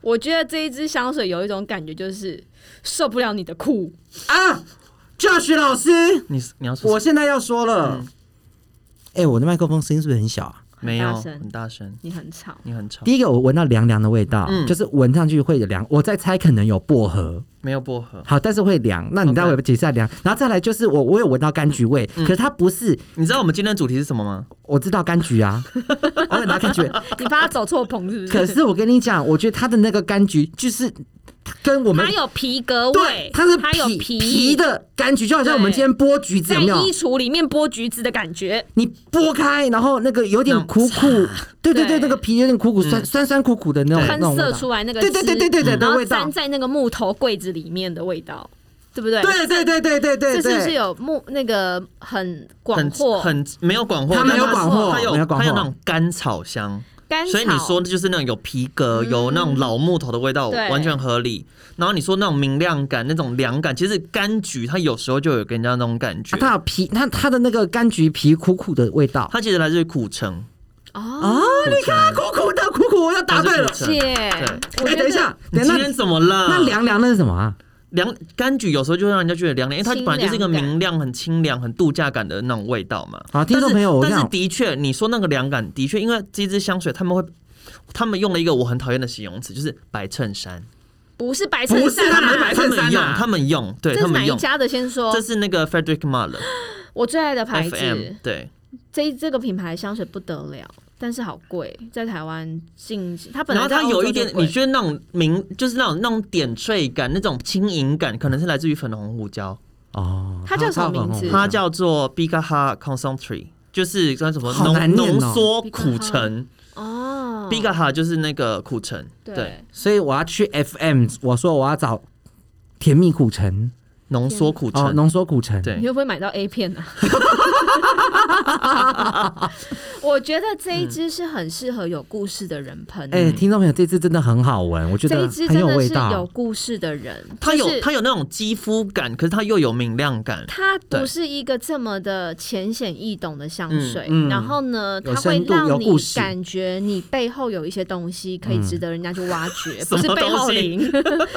Speaker 3: 我觉得这一支香水有一种感觉，就是受不了你的酷。
Speaker 4: 啊，Josh 老师，
Speaker 2: 你你要说
Speaker 4: 我现在要说了。
Speaker 2: 嗯
Speaker 4: 哎、我的麦克风声音是不是很小啊？
Speaker 2: 没有
Speaker 3: 大声
Speaker 2: 很大声，
Speaker 3: 你很吵，
Speaker 2: 你很吵，
Speaker 4: 第一个我闻到凉凉的味道，
Speaker 2: 嗯
Speaker 4: 就是闻上去会凉。我在猜可能有薄荷，
Speaker 2: 没有薄荷。
Speaker 4: 好，但是会凉。那你待会
Speaker 2: OK 嗯
Speaker 4: 解释一下凉。然后再来就是我我有闻到柑橘味，可是它不是，
Speaker 2: 你知道我们今天的主题是什么吗？
Speaker 4: 我知道柑 橘啊，我有拿柑橘味。
Speaker 3: 你怕他走错棚 是不是？
Speaker 4: 可是我跟你讲，我觉得它的那个柑橘就是跟我们
Speaker 3: 它有皮革
Speaker 4: 对
Speaker 3: 味，，
Speaker 4: 它是
Speaker 3: 它有
Speaker 4: 皮皮的柑橘，就好像
Speaker 3: 对
Speaker 4: 我们今天剥橘子，
Speaker 3: 在
Speaker 4: 有没有？
Speaker 3: 衣橱里面剥橘子的感觉。
Speaker 4: 你剥开，然后那个有点
Speaker 2: 那种
Speaker 4: 苦苦，对对
Speaker 3: 对
Speaker 4: 对，那个皮有点苦苦酸酸酸苦苦的那种哎那
Speaker 3: 喷
Speaker 4: 种味
Speaker 3: 射
Speaker 4: 道
Speaker 3: 出来那个
Speaker 4: 对对对对对对
Speaker 3: 汁然
Speaker 4: 的
Speaker 3: 后
Speaker 4: 味道
Speaker 3: 粘，在那个木头柜子里面的味道，对不对？
Speaker 4: 对对对对对对
Speaker 3: 这是不是
Speaker 4: 对，
Speaker 3: 有木那个很广
Speaker 2: 很
Speaker 3: 阔、
Speaker 2: 很没有广藿，
Speaker 4: 它没有广藿
Speaker 2: 它有
Speaker 4: 没有广藿
Speaker 2: 它有那种甘草香，
Speaker 3: 干
Speaker 2: 所以你
Speaker 3: 草嗯
Speaker 2: 说的就是那种有皮革、有那种老木头的味道，
Speaker 3: 对
Speaker 2: 完全合理。然后你说那种明亮感、那种凉感，其实柑橘它有时候就有给人家那种感觉。
Speaker 4: 啊它有皮，它它的那个柑橘皮苦苦的味道
Speaker 2: 它其实来自于苦橙，
Speaker 3: 哦，
Speaker 2: 苦橙
Speaker 4: 苦苦的苦苦，我要答啊对了
Speaker 2: 它。是苦
Speaker 3: 姐
Speaker 2: 橙。，
Speaker 3: 我
Speaker 4: 哎，
Speaker 3: 觉
Speaker 4: 等一
Speaker 3: 得
Speaker 4: 下，
Speaker 2: 你
Speaker 4: 等一
Speaker 2: 今
Speaker 4: 下，
Speaker 2: 天怎么了？
Speaker 4: 那凉凉那是什么啊？
Speaker 2: 凉柑橘有时候就会让人家觉得凉凉，因为它本来就是一个明亮、很清凉、很度假感的那种味道嘛。
Speaker 4: 好啊听众朋友我
Speaker 2: 但是但
Speaker 4: 想
Speaker 2: 是的确，你说那个凉感，的确，因为这支香水他们会，他们用了一个我很讨厌的形容词，就是白衬衫。
Speaker 3: 不是白衬
Speaker 4: 不是
Speaker 3: 衫
Speaker 4: 他们
Speaker 3: 啊，
Speaker 4: 白
Speaker 2: 他
Speaker 4: 衬
Speaker 2: 们
Speaker 4: 衫
Speaker 2: 用，
Speaker 4: 啊
Speaker 2: 他们用，对
Speaker 3: 这
Speaker 2: 他
Speaker 3: 是哪
Speaker 2: 们
Speaker 3: 一
Speaker 2: 用，
Speaker 3: 家的？先说
Speaker 2: 这，是那个 Frederick Malle
Speaker 3: 我最爱的牌
Speaker 2: FM，
Speaker 3: 子，
Speaker 2: 对，
Speaker 3: 这这个品牌香水不得了，但是好贵，在台湾进它本
Speaker 2: 然
Speaker 3: 来
Speaker 2: 后
Speaker 3: 在
Speaker 2: 它
Speaker 3: 欧洲
Speaker 2: 有一
Speaker 3: 就
Speaker 2: 点，
Speaker 3: 贵
Speaker 2: 你觉得那种明，就是那种那种点缀感、那种轻盈感，可能是来自于粉红胡椒，
Speaker 4: 哦，
Speaker 3: 它叫什么名字是
Speaker 2: 它叫做 Bigaha Concentrate，就是叫什么
Speaker 4: 好
Speaker 2: 浓
Speaker 4: 难念哦
Speaker 2: 浓缩苦橙
Speaker 3: 哦，
Speaker 2: ，Bigaha 就是那个苦橙，对，
Speaker 3: 对，
Speaker 4: 所以我要去 FM，我说我要找甜蜜苦橙
Speaker 2: 浓缩苦
Speaker 4: 哦，
Speaker 2: 橙，
Speaker 4: 浓缩苦橙。
Speaker 2: 对
Speaker 3: 你会不会买到 A 片啊？ 我觉得这一支是很适合有故事的人喷的，
Speaker 2: 嗯
Speaker 4: 哎、听众朋友，这支真的很好闻，我觉
Speaker 3: 这
Speaker 4: 得
Speaker 3: 一支
Speaker 4: 很
Speaker 3: 真
Speaker 4: 有
Speaker 3: 的
Speaker 4: 味
Speaker 3: 是有
Speaker 4: 道。
Speaker 3: 故事的人，
Speaker 2: 它
Speaker 3: 就
Speaker 2: 有
Speaker 3: 是
Speaker 2: 它有那种肌肤感，可是它又有明亮感，
Speaker 3: 它不
Speaker 2: 对
Speaker 3: 是一个这么的浅显易懂的香水，
Speaker 4: 嗯嗯
Speaker 3: 然后呢，
Speaker 4: 有
Speaker 3: 它会
Speaker 4: 深度有
Speaker 3: 让你
Speaker 4: 故事
Speaker 3: 感觉你背后有一些东西可以值得人家去挖掘，
Speaker 2: 嗯 什
Speaker 3: 不
Speaker 2: 么
Speaker 3: 是背后
Speaker 2: 东西
Speaker 3: 灵。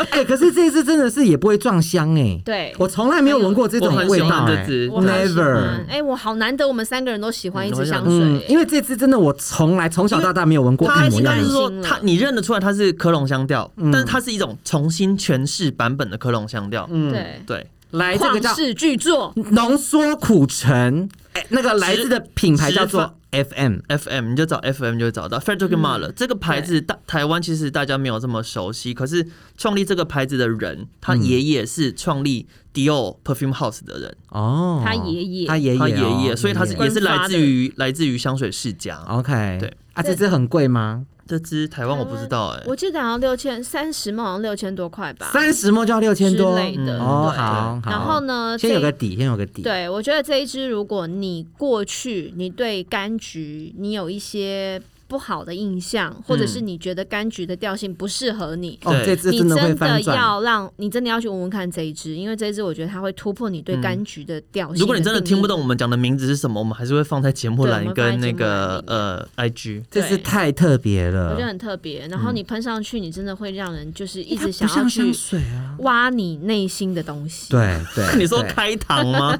Speaker 4: 哎、可是这一支真的是也不会撞香哎、
Speaker 3: 对，
Speaker 4: 我从来没有闻过这
Speaker 2: 我
Speaker 4: 种
Speaker 2: 很
Speaker 4: 味
Speaker 2: 喜
Speaker 4: 道
Speaker 2: 欢
Speaker 4: 哎、
Speaker 2: 这支，
Speaker 3: 我很喜欢
Speaker 4: Never
Speaker 3: 哎、我好难得我们三个人都喜欢一支香水、
Speaker 4: 嗯，因为这支真的我从来从小到大没有闻过
Speaker 2: 它
Speaker 4: 一模
Speaker 2: 应
Speaker 4: 一样
Speaker 2: 该是
Speaker 4: 的。嗯
Speaker 2: 说
Speaker 3: 嗯
Speaker 2: 它，你认得出来它是科隆香调，但是它是一种重新诠释版本的科隆香调。嗯，
Speaker 3: 对。
Speaker 2: 对，
Speaker 4: 来，哎这个叫嗯
Speaker 3: 旷世巨作，
Speaker 4: 浓缩苦橙，哎、那个来自的品牌叫
Speaker 2: 直
Speaker 4: 做 FM。
Speaker 2: FM 你就找 FM 就会找到 Frederick
Speaker 3: 嗯
Speaker 2: m a l l 这个牌子，大台湾其实大家没有这么熟悉，可是创立这个牌子的人，他
Speaker 4: 嗯
Speaker 2: 爷爷是创立 Dior Perfume House 的人，
Speaker 4: 哦，
Speaker 3: 他爷爷
Speaker 4: 他爷爷哦，
Speaker 2: 他爷爷，所以他是
Speaker 4: 爷
Speaker 2: 也
Speaker 4: 爷
Speaker 2: 是来自于来自于香水世家。
Speaker 4: OK。
Speaker 2: 对
Speaker 4: 啊，这支很贵吗？
Speaker 2: 这支台湾我不知道哎，
Speaker 3: 我记得好像六千三十嘛，好像六千多块吧。
Speaker 4: 三十末就要六千多
Speaker 3: 之类的
Speaker 4: 哦，
Speaker 3: 对
Speaker 4: 好，好
Speaker 3: 然后呢，
Speaker 4: 先有
Speaker 3: 这
Speaker 4: 个底，先有个底。，
Speaker 3: 对，我觉得这一支，如果你过去你对柑橘你有一些不好的印象，或者是你觉得柑橘的调性不适合你，
Speaker 4: 嗯哦，
Speaker 2: 对
Speaker 4: 这支
Speaker 3: 你
Speaker 4: 真的会
Speaker 3: 真的
Speaker 4: 翻转。
Speaker 3: 要让你真的要去闻闻看这一支，因为这一支我觉得它会突破你对
Speaker 4: 嗯
Speaker 3: 柑橘的调性。
Speaker 2: 如果你真的听不，懂我们讲的名字是什么，我们还是会放在节目
Speaker 3: 对我
Speaker 2: 栏
Speaker 3: 们放在
Speaker 2: 跟
Speaker 3: 节
Speaker 2: 那
Speaker 3: 目
Speaker 2: 个
Speaker 3: 栏里
Speaker 2: 呃 IG。
Speaker 4: 这支
Speaker 3: 对
Speaker 4: 太特别
Speaker 3: 我觉得
Speaker 4: 了，
Speaker 3: 很特别。然后你喷上去，你真的会让人就是一
Speaker 4: 嗯它
Speaker 3: 直
Speaker 4: 不
Speaker 3: 想要
Speaker 4: 像
Speaker 3: 去
Speaker 4: 香水啊。
Speaker 3: 挖你内心的东西。
Speaker 4: 对 对，
Speaker 2: 你说
Speaker 4: 对
Speaker 2: 开膛 吗？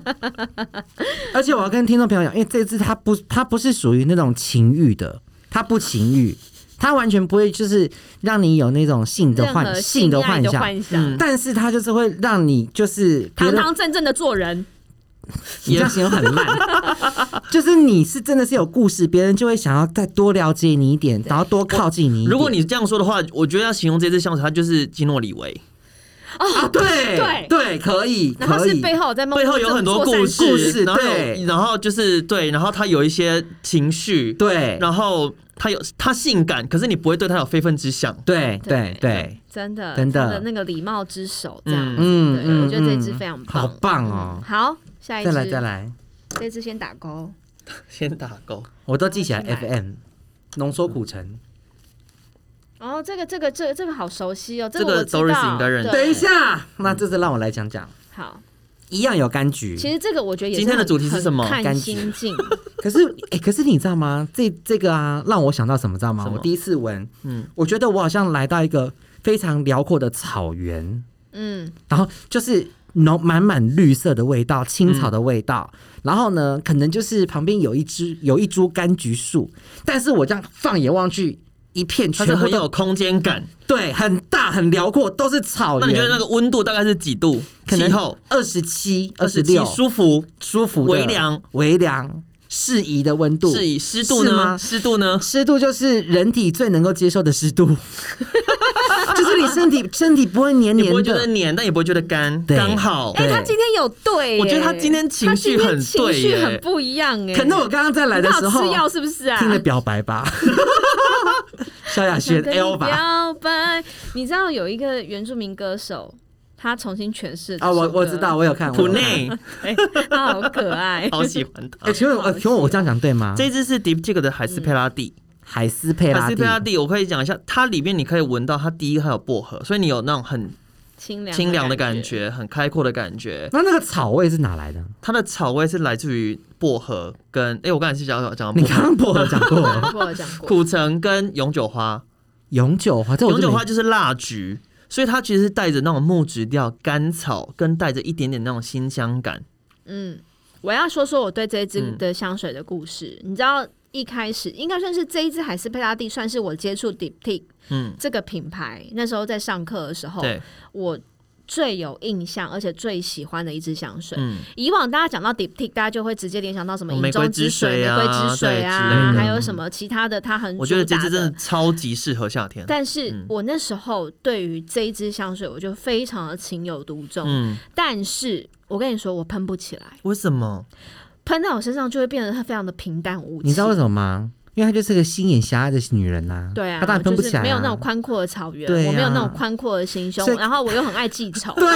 Speaker 4: 而且我要跟听众朋友讲，因为这支它不，它不是属于那种情欲的，它不情欲，它完全不会就是让你有那种性的
Speaker 3: 任
Speaker 4: 幻
Speaker 3: 何
Speaker 4: 性
Speaker 3: 的
Speaker 4: 的幻想，嗯
Speaker 3: 幻想，
Speaker 4: 但是它就是会让你就是觉
Speaker 3: 堂
Speaker 4: 得
Speaker 3: 堂正正的做人。
Speaker 4: 你这样形容很烂， 就是你是真的是有故事，别人就会想要再多了解你一点，然后多靠近你一点。
Speaker 2: 如果你这样说的话，我觉得要形容这支香水，它就是基诺里维。
Speaker 4: 啊，对
Speaker 3: 对
Speaker 4: 对，可以，
Speaker 3: 然后
Speaker 4: 可
Speaker 3: 是
Speaker 4: 以，
Speaker 3: 背后在梦
Speaker 2: 背
Speaker 3: 中
Speaker 2: 后有很多
Speaker 3: 做善
Speaker 2: 故事，
Speaker 3: 事
Speaker 4: 故事
Speaker 2: 然后
Speaker 4: 对
Speaker 2: 有然后就是对，然后他有一些情绪，，
Speaker 4: 对
Speaker 2: 然后他有他性感，可是你不会对他有非分之想。
Speaker 4: 对
Speaker 3: 对
Speaker 4: 对对，
Speaker 3: 真的
Speaker 4: 真的
Speaker 3: 他那个礼貌之手这样
Speaker 2: 嗯
Speaker 3: 子，对，
Speaker 4: 嗯嗯，
Speaker 3: 我觉得这支
Speaker 4: 嗯
Speaker 3: 非常棒，
Speaker 4: 好棒哦
Speaker 3: 嗯！好，下一
Speaker 4: 再
Speaker 3: 支
Speaker 4: 来再，来，
Speaker 3: 这支先打勾，
Speaker 2: 先打勾，
Speaker 4: 我都记起来
Speaker 3: 去买
Speaker 4: FM 浓缩苦橙。
Speaker 3: 哦，这个这个这个这个好熟悉哦，
Speaker 2: 这
Speaker 3: 个
Speaker 2: 个
Speaker 3: 我知道
Speaker 2: Doris 应该认识
Speaker 3: 对
Speaker 4: 等一下，那这次让我来讲讲，
Speaker 3: 好，
Speaker 4: 一样有柑橘，
Speaker 3: 其实这个我觉得也是
Speaker 2: 今天的
Speaker 3: 很
Speaker 2: 主题是
Speaker 3: 很
Speaker 2: 什么
Speaker 3: 看
Speaker 4: 柑橘
Speaker 3: 心境，
Speaker 4: 可是， 哎、可是你知道吗？这这个啊，让我想到什么，知道吗
Speaker 2: 什？么
Speaker 4: 我第一次闻，
Speaker 2: 嗯，
Speaker 4: 我觉得我好像来到一个非常辽阔的草原，
Speaker 3: 嗯，
Speaker 4: 然后就是浓满满绿色的味道，青草的味道。
Speaker 2: 嗯
Speaker 4: 然后呢，可能就是旁边有一只有一株柑橘树，但是我这样放眼望去，一片
Speaker 2: 它是
Speaker 4: 全部
Speaker 2: 很
Speaker 4: 都
Speaker 2: 有空间感。
Speaker 4: 对，很大很辽阔，都是草
Speaker 2: 那
Speaker 4: 原。
Speaker 2: 你觉得那个温度大概是几度？
Speaker 4: 可
Speaker 2: 气
Speaker 4: 能
Speaker 2: 候
Speaker 4: 二十七、二
Speaker 2: 二
Speaker 4: 十
Speaker 2: 十七，
Speaker 4: 六，
Speaker 2: 舒服，
Speaker 4: 舒服的
Speaker 2: 微凉、
Speaker 4: 微凉、适宜的温度，
Speaker 2: 是以湿度
Speaker 4: 是吗
Speaker 2: 呢？湿度呢？
Speaker 4: 湿度就是人体最能够接受的湿度， 就是你身体身体不会黏
Speaker 2: 你不
Speaker 4: 黏
Speaker 2: 会觉得
Speaker 4: 的。
Speaker 2: 黏，但也不会觉得干，
Speaker 4: 对
Speaker 2: 刚好。
Speaker 3: 哎，
Speaker 4: 对
Speaker 3: 他今天有对耶，
Speaker 2: 我觉得他今天情绪
Speaker 3: 他今天
Speaker 2: 很
Speaker 3: 情
Speaker 2: 对
Speaker 3: 绪
Speaker 2: 耶
Speaker 3: 很不一样哎，
Speaker 4: 可能我刚刚在来的
Speaker 3: 你
Speaker 4: 时
Speaker 3: 到底
Speaker 4: 候
Speaker 3: 吃药是不是啊？
Speaker 4: 听了表白吧， 萧亚轩
Speaker 2: 哎
Speaker 3: 想
Speaker 4: 哎
Speaker 3: 跟你
Speaker 4: L 吧
Speaker 3: 表白，你知道有一个原住民歌手，他重新诠释这
Speaker 4: 啊，我
Speaker 3: 首歌
Speaker 4: 我知道，，我有看。
Speaker 2: 普
Speaker 4: 我有看
Speaker 2: 内，。
Speaker 3: 哎他好可爱
Speaker 2: 好喜欢
Speaker 4: 哎，
Speaker 2: 它。
Speaker 4: 请问呃，请问我这样讲对吗？
Speaker 2: 这只是 Diptic 的海斯佩拉蒂，
Speaker 4: 海斯佩拉
Speaker 2: 海斯
Speaker 4: 蒂
Speaker 2: 佩，拉蒂，我可以讲一下，它里面你可以闻到它第一还有薄荷，所以你有那种很
Speaker 3: 清凉
Speaker 2: 清凉的
Speaker 3: 感
Speaker 2: 感，觉，很开阔的感觉。
Speaker 4: 那那个草味是哪来的？
Speaker 2: 它的草味是来自于薄荷跟，哎，我刚才是讲讲讲
Speaker 4: 你
Speaker 2: 薄
Speaker 4: 刚
Speaker 2: 荷，
Speaker 4: 刚薄荷讲 过，
Speaker 3: 我有讲过，
Speaker 2: 苦橙跟永久花，
Speaker 4: 永久花，这我
Speaker 2: 永久
Speaker 4: 就没
Speaker 2: 花就是蜡菊，所以它其实是带着那种木质调、甘草，跟带着一点点那种新香感。
Speaker 3: 嗯，我要说说我对这一支
Speaker 2: 嗯
Speaker 3: 的香水的故事。你知道一开始应该算是这一支海斯佩拉蒂，算是我接触 Diptic
Speaker 2: 嗯，
Speaker 3: 这个品牌，那时候在上课的时候，
Speaker 2: 对，
Speaker 3: 我最有印象而且最喜欢的一支香水。
Speaker 2: 嗯，
Speaker 3: 以往大家讲到 Diptic，大家就会直接联想到什么
Speaker 2: 哦
Speaker 3: 饮
Speaker 2: 玫瑰
Speaker 3: 中
Speaker 2: 之
Speaker 3: 水、
Speaker 2: 水
Speaker 3: 玫
Speaker 2: 啊
Speaker 3: 瑰之水
Speaker 2: 对之
Speaker 3: 啊，
Speaker 2: 类的
Speaker 3: 还有什么其他的，它很
Speaker 2: 我觉得
Speaker 3: 主
Speaker 2: 这
Speaker 3: 打
Speaker 2: 支真的超级适合夏天。
Speaker 3: 但是
Speaker 2: 嗯
Speaker 3: 我那时候对于这一支香水，我就非常的情有独钟。
Speaker 2: 嗯，
Speaker 3: 但是我跟你说，我喷不起来，
Speaker 2: 为什么？
Speaker 3: 喷在我身上就会变得非常的平淡无奇。
Speaker 4: 你知道为什
Speaker 3: 么？
Speaker 4: 么吗？因为她就是个心眼狭隘的女人呐。
Speaker 3: 对啊，
Speaker 4: 她当然喷不
Speaker 3: 就是
Speaker 4: 起来啊，
Speaker 3: 没有那种宽阔的草原，
Speaker 4: 对啊
Speaker 3: 我没有那种宽阔的心胸
Speaker 4: 所，
Speaker 2: 啊
Speaker 4: 以
Speaker 3: 然后我又很爱记 仇，
Speaker 4: 对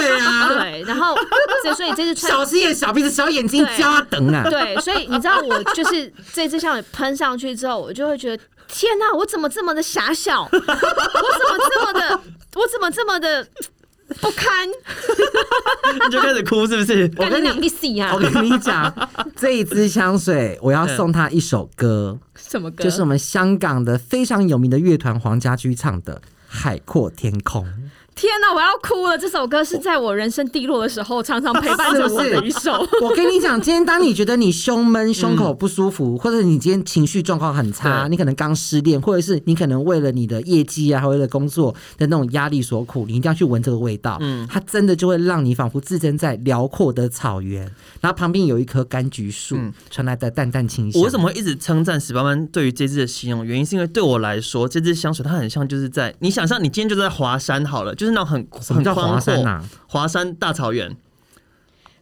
Speaker 4: 啊
Speaker 3: 对，然后所以所以这次穿
Speaker 4: 小心眼、小鼻子、小眼睛，焦啊等 啊。
Speaker 3: 对，所以你知道我就是这支香水喷上去之后，我就会觉得天哪、我怎么这么的狭小？我怎么这么 的，我怎么这么的不堪？
Speaker 2: 你就开始哭是不是？
Speaker 4: 我
Speaker 3: 干
Speaker 4: 跟
Speaker 3: 你
Speaker 4: 你
Speaker 3: 两个死呀
Speaker 4: 我！跟你讲，这一支香水我要送他一首歌，
Speaker 3: 什么歌？
Speaker 4: 就是我们香港的非常有名的乐团黄家驹唱的《海阔天空》。
Speaker 3: 天哪、我要哭了！这首歌是在我人生低落的时候，常常陪伴着 我的一首。
Speaker 4: 我跟你讲，今天当你觉得你胸闷、胸口不舒服，或者你今天情绪状况很差，
Speaker 2: 对
Speaker 4: 你可能刚失恋，或者是你可能为了你的业绩啊，还为了工作的那种压力所苦，你一定要去闻这个味道。嗯，它真的就会让你仿佛置身在辽阔的草原，然后旁边有一棵柑橘树，传来的淡淡清香。
Speaker 2: 我为什么会一直称赞十八般对于这支的形容？原因是因为对我来说，这支香水它很像就是在你想象你今天就在华山好了，就是那种很
Speaker 4: 什么
Speaker 2: 很
Speaker 4: 叫
Speaker 2: 宽
Speaker 4: 华山
Speaker 2: 阔
Speaker 4: 啊？
Speaker 2: 华山大草原。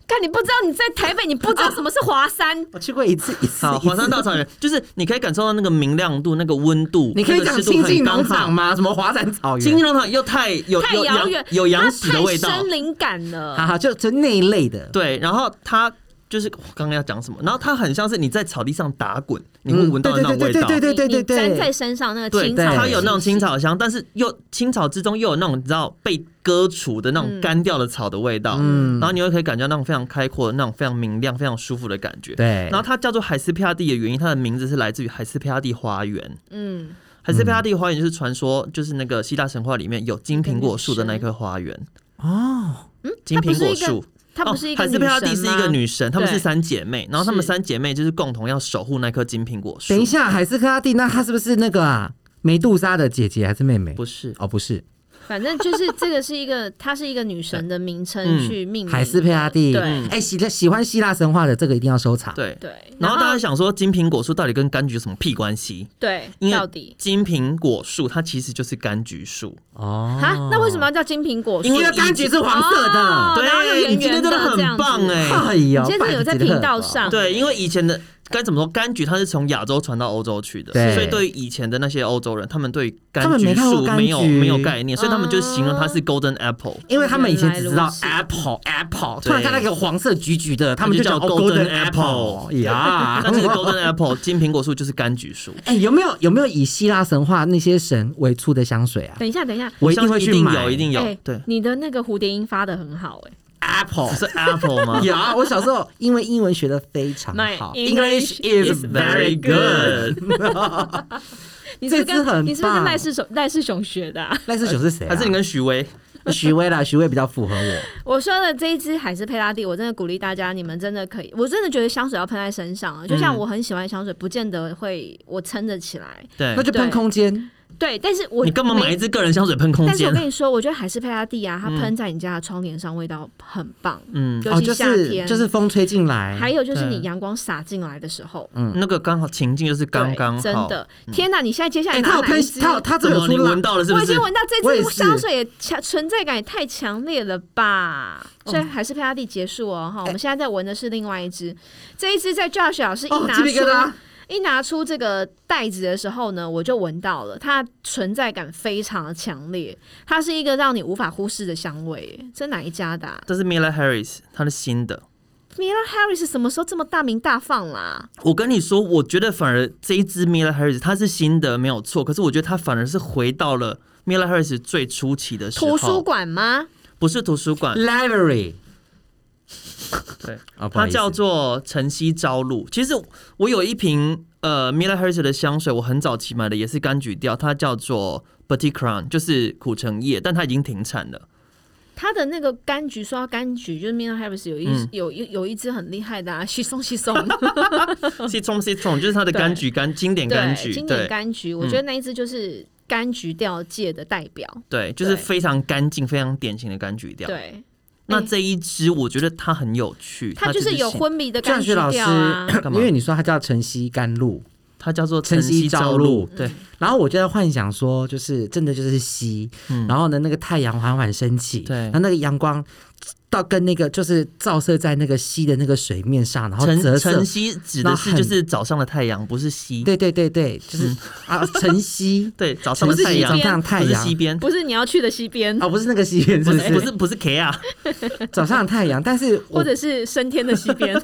Speaker 3: 看你不知道你在台北，你不知道什么是华山。
Speaker 4: 我去过 一次，一次，
Speaker 2: 好，
Speaker 4: 一次
Speaker 2: 华山大草原就是你可以感受到那个明亮度、那个温度，
Speaker 4: 你可以
Speaker 2: 那
Speaker 4: 讲
Speaker 2: 个湿度
Speaker 4: 亲
Speaker 2: 很
Speaker 4: 近农
Speaker 2: 刚好
Speaker 4: 场？吗？什么华山草
Speaker 2: 亲近
Speaker 4: 原？
Speaker 2: 农场又太有
Speaker 3: 太
Speaker 2: 有
Speaker 3: 遥
Speaker 2: 羊
Speaker 3: 远，
Speaker 2: 有
Speaker 3: 它
Speaker 2: 羊屎的
Speaker 3: 太
Speaker 2: 味道，
Speaker 3: 森林感了
Speaker 4: 哈。哈，就就那一类的。
Speaker 2: 对，然后它就是我刚刚要讲什么，然后它很像是你在草地上打滚，你会
Speaker 4: 嗯
Speaker 2: 闻到的
Speaker 4: 对
Speaker 2: 那
Speaker 4: 对
Speaker 2: 种味道。
Speaker 4: 对对对对对
Speaker 3: 你
Speaker 4: 对
Speaker 3: 粘在身上那个
Speaker 2: 对
Speaker 3: 青草，
Speaker 2: 它
Speaker 4: 的
Speaker 2: 有那种
Speaker 3: 气息
Speaker 2: 青草香，但是又青草之中又有那种你知道被割除的那种干掉的草的味道，嗯，然后你又可以感觉到那种非常开阔、那种非常明亮、非常舒服的感觉。
Speaker 4: 对
Speaker 2: 然后它叫做海斯皮亚蒂的原因，它的名字是来自于海斯皮亚蒂花园。
Speaker 3: 嗯，
Speaker 2: 海斯皮亚蒂花园就是传说，就是那个希腊神话里面有金苹果树的那一棵花园。
Speaker 4: 哦，
Speaker 2: 金
Speaker 3: 嗯它不
Speaker 2: 苹
Speaker 3: 是
Speaker 2: 果
Speaker 3: 一个
Speaker 2: 树，
Speaker 3: 她不是一个
Speaker 2: 哦、海
Speaker 3: 女
Speaker 2: 斯
Speaker 3: 神
Speaker 2: 佩
Speaker 3: 吗？
Speaker 2: 拉蒂是一个女神，她们
Speaker 3: 对
Speaker 2: 是三姐妹，然后她们
Speaker 3: 是
Speaker 2: 三姐妹就是共同要守护那棵金苹果树。
Speaker 4: 等一，下，海斯科拉蒂，那她是不是那个啊？梅杜莎的姐姐还是妹妹？
Speaker 2: 不是
Speaker 4: 哦，不是，
Speaker 3: 反正就是这个是一个，她是一个女神的名称
Speaker 2: 嗯
Speaker 3: 去命名的。
Speaker 4: 海斯佩拉蒂。
Speaker 3: 对
Speaker 4: 哎，喜喜欢希腊神话的这个一定要收藏。，
Speaker 2: 对。
Speaker 3: 对，
Speaker 2: 然
Speaker 3: 然
Speaker 2: 后大家想说，金苹果树到底跟柑橘有什么屁关系？
Speaker 3: 对
Speaker 2: 因，为
Speaker 3: 到底
Speaker 2: 金苹果树它其实就是柑橘树，
Speaker 4: 哦
Speaker 3: 啊，那为什么要叫金苹果树？
Speaker 4: 因为柑橘是黄色
Speaker 3: 哦
Speaker 4: 的。
Speaker 3: 然后又
Speaker 2: 对，
Speaker 3: 圆
Speaker 2: 你今天
Speaker 3: 圆
Speaker 2: 真的
Speaker 3: 的这
Speaker 2: 很
Speaker 3: 样
Speaker 2: 棒
Speaker 3: 子
Speaker 2: 哎、
Speaker 4: 哎呀，
Speaker 3: 你今天真的有在
Speaker 4: 拜托
Speaker 3: 频道上
Speaker 2: 对，因为以前的该怎么说，柑橘它是从亚洲传到欧洲去的，
Speaker 4: 对
Speaker 2: 所以对于以前的那些欧洲人，他们对于
Speaker 4: 他
Speaker 2: 柑
Speaker 4: 们没
Speaker 2: 橘
Speaker 4: 看过
Speaker 2: 树没有
Speaker 4: 柑橘
Speaker 2: 没有概念，所以他们
Speaker 3: 啊
Speaker 2: 就形容它是 golden apple。
Speaker 4: 因为他们以前只知
Speaker 3: 原来
Speaker 4: 道
Speaker 3: 如此
Speaker 4: apple apple，
Speaker 2: 对
Speaker 4: 突然看到一个黄色橘橘的，他们就叫哦
Speaker 2: 他们就叫
Speaker 4: golden
Speaker 2: golden
Speaker 4: apple 呀。
Speaker 2: 但是 golden apple 金苹果树就是柑橘树，
Speaker 4: 哎，有没有有没有以希腊神话那些神为出的香水啊？
Speaker 3: 等一下，等一下，
Speaker 4: 我一
Speaker 2: 像
Speaker 4: 定会
Speaker 2: 一
Speaker 4: 去
Speaker 2: 定
Speaker 4: 买，
Speaker 2: 有，一定有
Speaker 3: 哎，
Speaker 2: 对，
Speaker 3: 你的那个蝴蝶音发的很好哎、
Speaker 4: apple
Speaker 2: 是 apple 吗？
Speaker 4: 呀，啊我小时候因为英文学的非常
Speaker 3: My
Speaker 4: 好哎
Speaker 3: English is very
Speaker 2: good。
Speaker 3: 你是不是
Speaker 4: 这支很
Speaker 3: 跟你是不是跟
Speaker 4: 棒
Speaker 3: 赖世雄赖世雄学的啊、
Speaker 4: 赖世雄是谁啊？
Speaker 2: 还是你跟徐威？
Speaker 4: 徐威啦？徐威比较符合 我。
Speaker 3: 我说的这一支海是佩拉蒂，我真的鼓励大家，你们真的可以，我真的觉得香水要喷在身上啊，就
Speaker 2: 嗯
Speaker 3: 像我很喜欢香水，不见得会我撑得起来，
Speaker 2: 对
Speaker 4: 那，就喷空间，
Speaker 3: 对，但是我
Speaker 2: 你干嘛买一
Speaker 3: 没
Speaker 2: 支个人香水喷空
Speaker 3: 但是我跟
Speaker 2: 间？
Speaker 3: 你说，我觉得海是佩拉蒂啊，它喷在你家的窗帘上，味道很棒，
Speaker 2: 嗯，
Speaker 3: 尤
Speaker 4: 嗯哦，
Speaker 3: 其
Speaker 4: 就
Speaker 3: 夏
Speaker 4: 是
Speaker 3: 天，
Speaker 4: 就是风吹进来，
Speaker 3: 还有就是
Speaker 2: 对
Speaker 3: 你阳光洒进来的时候，
Speaker 4: 嗯
Speaker 2: 那个刚好情境就是刚
Speaker 3: 对
Speaker 2: 刚好。
Speaker 3: 真的，天哪！你现在接下来
Speaker 4: 哎，他
Speaker 3: 拿
Speaker 4: 有
Speaker 3: 哪
Speaker 4: 喷
Speaker 3: 一，支
Speaker 4: 他有他这
Speaker 2: 怎
Speaker 4: 有
Speaker 2: 么
Speaker 4: 出
Speaker 2: 哦你
Speaker 4: 辣
Speaker 2: 闻到了是不
Speaker 3: 我已
Speaker 2: 是
Speaker 3: 经？闻到
Speaker 4: 我
Speaker 3: 这
Speaker 4: 也
Speaker 3: 支
Speaker 4: 是
Speaker 3: 香水也强存在感也太强烈了吧，所以还是佩拉蒂结束哦
Speaker 4: 哎
Speaker 3: 哈。我们现在在闻的是另外一支，这一支在 Josh 老师一
Speaker 4: 哦
Speaker 3: 拿
Speaker 4: 鸡皮疙瘩
Speaker 3: 出一拿出这个袋子的时候呢，我就闻到了它存在感非常的强烈，它是一个让你无法忽视的香味。这哪一家的啊
Speaker 2: 这是 Mila Harris，它是新的。
Speaker 3: ？Mila Harris 什么时候这么大名大放啊啦？
Speaker 2: 我跟你说，我觉得反而这一支 Mila Harris 它是新的没有错，可是我觉得它反而是回到了 Mila Harris 最初期的时候，
Speaker 3: 图书馆吗？
Speaker 2: 不是图书馆，
Speaker 4: library
Speaker 2: 对，
Speaker 4: 啊，不好
Speaker 2: 它
Speaker 4: 意思
Speaker 2: 叫做晨曦朝露。其实我有一瓶呃 Mila Harris 的香水，我很早期买的，也是柑橘调，它叫做 Petit Crown，就是苦橙叶，但它已经停产了。
Speaker 3: 它的那个柑橘，说到柑橘，就是 Mila Harris 有一、
Speaker 2: 嗯
Speaker 3: 有有有一支很厉害的啊， 稀松稀松。
Speaker 2: c i t r o n c i t r o n 就是它的
Speaker 3: 对
Speaker 2: 柑橘柑经典
Speaker 3: 对，
Speaker 2: 柑橘，
Speaker 3: 经
Speaker 2: 对
Speaker 3: 典柑橘，我
Speaker 2: 嗯
Speaker 3: 觉得那一支就是柑橘调界的代表。
Speaker 2: 对，就是
Speaker 3: 对
Speaker 2: 非常干净、非常典型的柑橘调。
Speaker 3: 对，
Speaker 2: 那
Speaker 3: 哎
Speaker 2: 这一支我觉得它很有趣，
Speaker 3: 它就是有
Speaker 2: 新，
Speaker 3: 昏迷的柑
Speaker 4: 教
Speaker 3: 橘
Speaker 4: 学老师
Speaker 3: 调啊。
Speaker 2: 干嘛
Speaker 4: 因为你说他叫晨曦甘露，
Speaker 2: 它叫做
Speaker 4: 晨曦朝露嗯
Speaker 2: 对，
Speaker 4: 然后我就在幻想说，就是真的就是西，然后呢，那个太阳缓缓升起，
Speaker 2: 嗯对
Speaker 4: 然后那个阳光到跟那个就是照射在那个西的那个水面上，然后折
Speaker 2: 晨
Speaker 4: 射
Speaker 2: 晨，曦指的是就是早上的太阳，不是西。，
Speaker 4: 对对对对，就是啊，晨曦
Speaker 2: 对，早上的
Speaker 4: 晨曦
Speaker 2: 哦太阳
Speaker 4: 早上
Speaker 2: 不
Speaker 4: 太
Speaker 2: 是
Speaker 4: 阳
Speaker 2: 西。边，
Speaker 3: 不是你要去的西边，
Speaker 4: 哦，不是那个西边，是
Speaker 2: 不
Speaker 4: 不
Speaker 2: 是
Speaker 4: 是？
Speaker 2: 不是不是 K 啊，
Speaker 4: 早上的太阳，但是我
Speaker 3: 或者是升天的西边。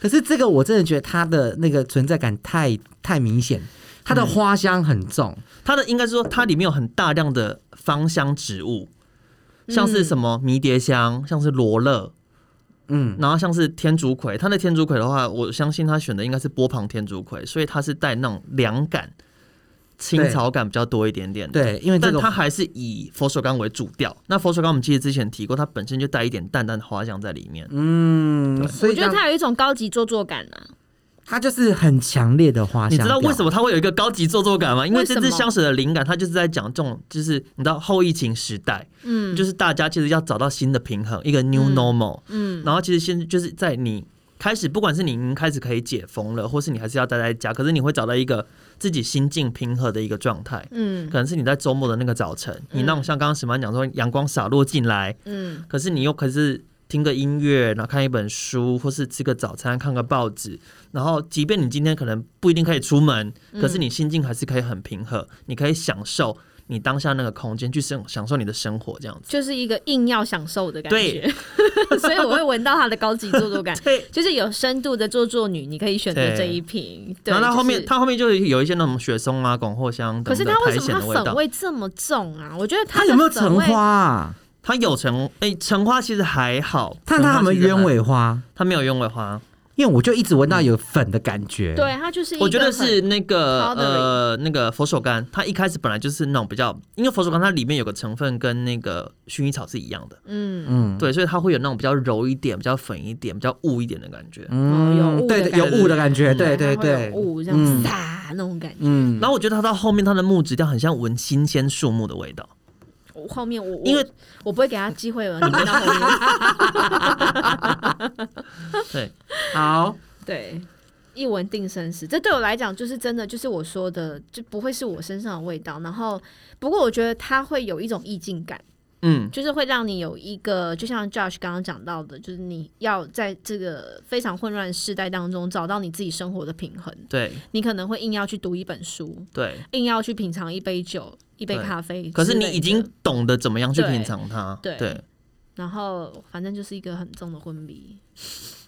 Speaker 4: 可是这个我真的觉得它的那个存在感太太明显，它
Speaker 2: 嗯
Speaker 4: 的花香很重，
Speaker 2: 它的应该是说它里面有很大量的芳香植物，像
Speaker 3: 嗯
Speaker 2: 是什么迷迭香，像是罗勒，
Speaker 4: 嗯，
Speaker 2: 然后像是天竺葵。它的天竺葵的话，我相信它选的应该是波旁天竺葵，所以它是带那种凉感、青草感比较多一点点的。
Speaker 4: 对，因为这
Speaker 2: 但
Speaker 4: 个
Speaker 2: 它还是以佛手柑为主调。那佛手柑我们其实之前提过，它本身就带一点淡淡的花香在里面。
Speaker 4: 嗯，所
Speaker 3: 我
Speaker 4: 以
Speaker 3: 觉得
Speaker 4: 它
Speaker 3: 它有一种高级做作感啊。
Speaker 4: 它就是很强烈的花香
Speaker 2: 你
Speaker 4: 调。
Speaker 2: 知道为什
Speaker 4: 么
Speaker 2: 么它会有一个高级做作感吗？因为
Speaker 3: 为
Speaker 2: 这
Speaker 3: 什
Speaker 2: 支
Speaker 3: 么
Speaker 2: 香水的灵感，它就是在讲这种，就是你知道后疫情时代，
Speaker 3: 嗯
Speaker 2: 就是大家其实要找到新的平衡，一个 new normal。
Speaker 3: 嗯，
Speaker 2: 然后其实现就是在你开始，不管是你已经开始可以解封了，或是你还是要待在家，可是你会找到一个自己心境平和的一个状态。
Speaker 3: 嗯
Speaker 2: 可能是你在周末的那个早晨，你那种像刚刚什么讲说阳光洒落进来，
Speaker 3: 嗯，
Speaker 2: 可是你又可是听个音乐，然后看一本书，或是吃个早餐，看个报纸，然后即便你今天可能不一定可以出门，
Speaker 3: 嗯
Speaker 2: 可是你心境还是可以很平和，你可以享受你当下那个空间，去享享受你的生活这样子。
Speaker 3: 就是一个硬要享受的感觉。 所以我会闻到它的高级做作感。
Speaker 2: 对。
Speaker 3: 就是有深度的做作女，你可以选择这一瓶。对，
Speaker 2: 然后它
Speaker 3: 就是
Speaker 2: 后面，它后面就有一些那种雪松啊、广藿香
Speaker 3: 可
Speaker 2: 等
Speaker 3: 是
Speaker 2: 等
Speaker 3: 它
Speaker 2: 苔
Speaker 3: 为什
Speaker 2: 藓
Speaker 3: 么
Speaker 2: 的味
Speaker 3: 它粉
Speaker 2: 道。
Speaker 3: 味这么重啊？我觉得
Speaker 4: 它
Speaker 3: 的
Speaker 4: 有没有
Speaker 3: 粉
Speaker 4: 橙
Speaker 3: 味
Speaker 4: 花啊？
Speaker 2: 它有橙，哎、橙花其实还好，
Speaker 4: 看它有没有鸢
Speaker 2: 橙花其实还好，
Speaker 4: 尾花？
Speaker 2: 它没有鸢尾花，
Speaker 4: 因为我就一直闻到有粉的感觉。
Speaker 3: 对，它就是一
Speaker 2: 我觉
Speaker 3: 个
Speaker 2: 得
Speaker 3: 很
Speaker 2: 是那个
Speaker 3: powdery
Speaker 2: 呃那个佛手柑，它一开始本来就是那种比较，因为佛手柑它里面有个成分跟那个薰衣草是一样的，
Speaker 3: 嗯
Speaker 4: 嗯
Speaker 2: 对，所以它会有那种比较柔一点、比较粉一点、比较雾一点的感觉。
Speaker 3: 哦有雾的
Speaker 4: 嗯对
Speaker 3: 感觉
Speaker 4: 有雾的感觉，
Speaker 3: 它
Speaker 4: 对对
Speaker 3: 会
Speaker 4: 对
Speaker 3: 有，雾这样
Speaker 4: 嗯
Speaker 3: 撒那种感觉。
Speaker 4: 嗯，
Speaker 2: 然后我觉得它到后面它的木质调很像闻新鲜树木的味道，
Speaker 3: 我后面我我
Speaker 2: 因为
Speaker 3: 我不会给他机会哦了，你们到后面
Speaker 2: 对，
Speaker 4: 好，
Speaker 3: 对。一闻定生死，这对我来讲就是真的，就是我说的，就不会是我身上的味道。然后，不过我觉得它会有一种意境感，
Speaker 2: 嗯，
Speaker 3: 就是会让你有一个，就像 Josh 刚刚讲到的，就是你要在这个非常混乱的时代当中找到你自己生活的平衡。
Speaker 2: 对
Speaker 3: 你可能会硬要去读一本书，
Speaker 2: 对。
Speaker 3: 硬要去品尝一杯酒、一杯
Speaker 2: 对
Speaker 3: 咖啡之类的。
Speaker 2: 可是你已经懂得怎么样去品尝它，
Speaker 3: 对
Speaker 2: 对，
Speaker 3: 然后反正就是一个很重的昏迷。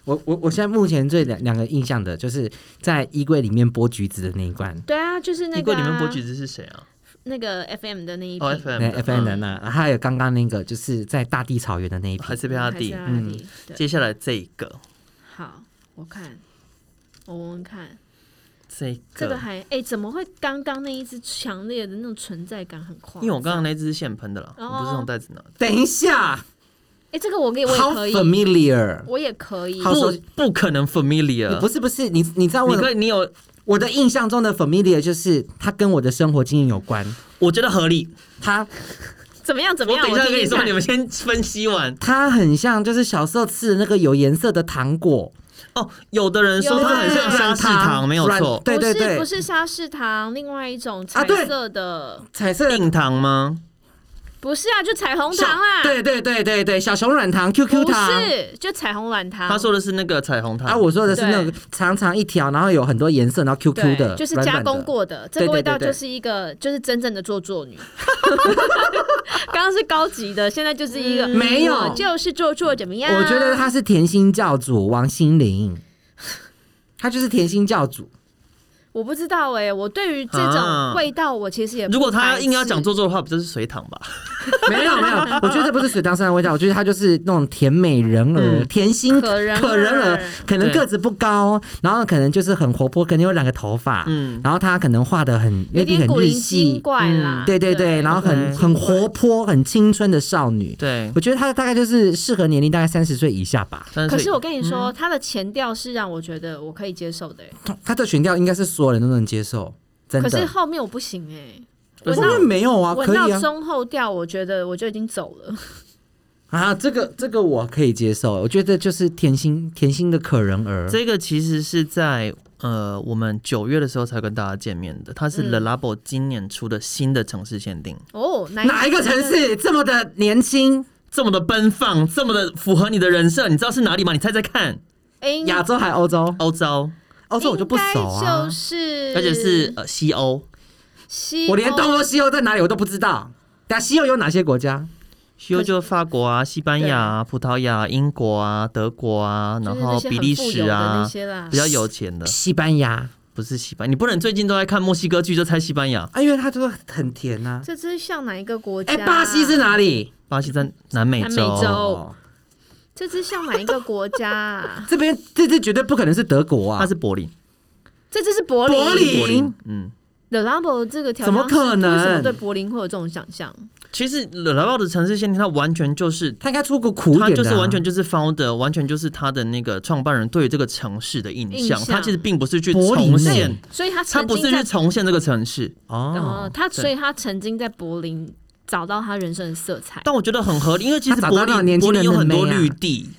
Speaker 4: 我我我现在目前最两两个印象的就是在衣柜里面剥橘子的那一罐，
Speaker 3: 对啊，就是那个、啊、
Speaker 2: 衣柜里面剥橘子是谁啊？
Speaker 3: 那个 FM 的那一
Speaker 2: 哦
Speaker 3: 瓶
Speaker 2: ，FM
Speaker 4: 那
Speaker 2: 的
Speaker 4: F N
Speaker 2: 嗯
Speaker 4: 的那，然后还有刚刚那个就是在大地草原的那一
Speaker 2: 还
Speaker 4: 瓶，
Speaker 2: 是被他
Speaker 3: 还是
Speaker 2: 弟。
Speaker 3: 阿嗯迪对，
Speaker 2: 接下来这一个，
Speaker 3: 好，我看，我闻闻看，
Speaker 2: 这
Speaker 3: 这个
Speaker 2: 个，
Speaker 3: 还哎、怎么会刚刚那一只强烈的那种存在感很夸张？
Speaker 2: 因为我刚刚那只是现喷的啦，我不是
Speaker 3: 哦
Speaker 2: 从袋子拿的，
Speaker 4: 等一下，
Speaker 3: 哎、这个我给我也
Speaker 4: 好
Speaker 3: 可以，
Speaker 4: familiar，
Speaker 3: 我也可以，
Speaker 4: 好
Speaker 2: 不
Speaker 4: 熟悉
Speaker 2: 不可能
Speaker 4: 你
Speaker 2: familiar，
Speaker 4: 不是不是你你知道我
Speaker 2: 你可以你有，
Speaker 4: 我的印象中的 familiar 就是它跟我的生活经验有关，
Speaker 2: 我觉得合理。
Speaker 4: 它
Speaker 3: 怎么样？怎么
Speaker 2: 我
Speaker 3: 样？
Speaker 2: 等一下
Speaker 3: 听
Speaker 2: 跟你
Speaker 3: 听
Speaker 2: 说，
Speaker 3: 看
Speaker 2: 你们先分析完
Speaker 4: 它很像就是小时候吃的那个有颜色的糖果，
Speaker 2: 哦。有的人说
Speaker 3: 有
Speaker 2: 它很像
Speaker 3: 对
Speaker 2: 沙士糖，没有
Speaker 4: 软
Speaker 2: 错，
Speaker 4: 对对
Speaker 3: 不是
Speaker 4: 对
Speaker 3: 不，是沙士糖，另外一种
Speaker 4: 啊
Speaker 3: 彩
Speaker 4: 对
Speaker 3: 色的，
Speaker 4: 彩色的
Speaker 2: 硬糖吗？
Speaker 3: 不是啊，就彩虹
Speaker 4: 小
Speaker 3: 糖啊，
Speaker 4: 对对对对对，小熊软糖 QQ
Speaker 3: 不
Speaker 4: 糖。
Speaker 3: 是，就彩虹软糖。
Speaker 2: 他说的是那个彩虹糖
Speaker 4: 啊，我说的是那个长长一条，然后有很多颜色，然后 QQ
Speaker 3: 对
Speaker 4: 的，，
Speaker 3: 就是
Speaker 4: 软
Speaker 3: 加
Speaker 4: 软的
Speaker 3: 工。过的，
Speaker 4: 对
Speaker 3: 这个味
Speaker 4: 对对
Speaker 3: 道
Speaker 4: 对
Speaker 3: 就是一个，就是真正的做作女。 刚刚是高级的，现在就是一个
Speaker 4: 嗯没有
Speaker 3: 我就是做作怎么样？
Speaker 4: 我觉得他是甜心教主王心 凌，他就是甜心教主。
Speaker 3: 我不知道哎、我对于这种
Speaker 2: 啊
Speaker 3: 味道，我其实也不
Speaker 2: 如果他硬要
Speaker 3: 排斥
Speaker 2: 讲做作的话，不就是水糖吧？
Speaker 4: 没有没有，我觉得这不是水当山的味道，我觉得它就是那种甜美人儿、
Speaker 2: 嗯
Speaker 4: 甜心
Speaker 3: 可人儿
Speaker 4: 可人儿，可能
Speaker 2: 对
Speaker 4: 个子不高，然后可能就是很活泼，可能有染个头发，
Speaker 2: 嗯
Speaker 4: 然后他可能画的很
Speaker 3: 有
Speaker 4: maybe
Speaker 3: 点古
Speaker 4: 很日
Speaker 3: 灵精
Speaker 4: 系，嗯
Speaker 3: 怪啦，
Speaker 4: 啊对对对，然后很
Speaker 2: OK
Speaker 4: 很活泼、很青春的少女。
Speaker 2: 对，
Speaker 4: 我觉得她大概就是适合年龄大概三十岁以嗯下吧。
Speaker 2: 但
Speaker 3: 可是我跟你说，它的前调是让我觉得我可以接受的、欸，
Speaker 4: 他的选调应该是所有人都能接受，真
Speaker 3: 可
Speaker 4: 的。
Speaker 3: 是后面我不行哎、
Speaker 2: 为什
Speaker 4: 后
Speaker 2: 么
Speaker 4: 面没有啊，
Speaker 3: 闻
Speaker 4: 可以
Speaker 3: 到
Speaker 4: 啊
Speaker 3: 中后调，我觉得我就已经走了。
Speaker 4: 啊，这个这个我可以接受，我觉得就是甜心甜心的可人儿，
Speaker 2: 这个其实是在呃我们九月的时候才跟大家见面的，它是 The Labo 今年出的新的城市限定，
Speaker 3: 哦，哪
Speaker 4: 哪一个城？市这么的年轻？
Speaker 2: 这么的奔放，这么的符合你的人设，你知道是哪里吗？你猜猜看，
Speaker 3: 哎、应
Speaker 4: 亚洲还欧洲？
Speaker 2: 欧洲，
Speaker 4: 欧洲我就不熟
Speaker 3: 应该
Speaker 4: 啊
Speaker 3: 就，是，
Speaker 2: 而且是呃西欧，
Speaker 3: 西，
Speaker 4: 我连东欧西欧在哪里我都不知道。但西欧有哪些国家？
Speaker 2: 西欧就法国啊、西班牙啊、葡萄牙啊、英国啊、德国啊，
Speaker 3: 就是
Speaker 2: 然
Speaker 3: 那
Speaker 2: 后
Speaker 3: 些
Speaker 2: 比
Speaker 3: 很
Speaker 2: 利
Speaker 3: 富
Speaker 2: 时
Speaker 3: 有的那
Speaker 2: 啊，
Speaker 3: 些啦
Speaker 2: 比。较有钱的，
Speaker 4: 西班牙
Speaker 2: 不是西班牙。你不能最近都在看墨西哥剧就猜西班牙，
Speaker 4: 啊，因为它这个很甜呐、啊。
Speaker 3: 这只像哪一个国家？啊
Speaker 4: 哎，巴西是？哪里？
Speaker 2: 巴西在南美
Speaker 3: 南美
Speaker 2: 洲，
Speaker 3: 洲哦，这只像哪一个国家啊？
Speaker 4: 这边这这绝对不可能是德国
Speaker 2: 它
Speaker 4: 啊，
Speaker 2: 是柏林，
Speaker 3: 这只是柏林。
Speaker 4: 柏
Speaker 2: 柏林
Speaker 4: 林。，
Speaker 2: 嗯。
Speaker 3: The l a b o 这个调
Speaker 4: 怎么
Speaker 3: 香师
Speaker 4: 可能
Speaker 3: 为什么对柏林会有这种想象？
Speaker 2: 其实 The Labo 的城市限定，它完全就是
Speaker 4: 他应该出个苦一
Speaker 2: 他
Speaker 4: 点的、啊，
Speaker 2: 就是完全就是 founder，完全就是他的那个创办人对于这个城市的印
Speaker 3: 印
Speaker 2: 象。
Speaker 3: 象
Speaker 2: 他其实并不是去
Speaker 4: 柏林
Speaker 2: 重
Speaker 4: 欸
Speaker 2: 现，
Speaker 3: 所以他
Speaker 2: 他
Speaker 3: 曾
Speaker 2: 不
Speaker 3: 经
Speaker 2: 是
Speaker 3: 在
Speaker 2: 去，重现这个城市。
Speaker 3: 然
Speaker 4: 哦
Speaker 3: 后。他
Speaker 2: 对
Speaker 3: 所以他曾经在柏林找到他人生的色彩。
Speaker 2: 但我觉得很合理，因为其实
Speaker 4: 他找
Speaker 2: 柏
Speaker 4: 到那种
Speaker 2: 林
Speaker 4: 年
Speaker 2: 柏林
Speaker 4: 轻人
Speaker 2: 有
Speaker 4: 的
Speaker 2: 很多
Speaker 4: 美啊
Speaker 2: 绿地，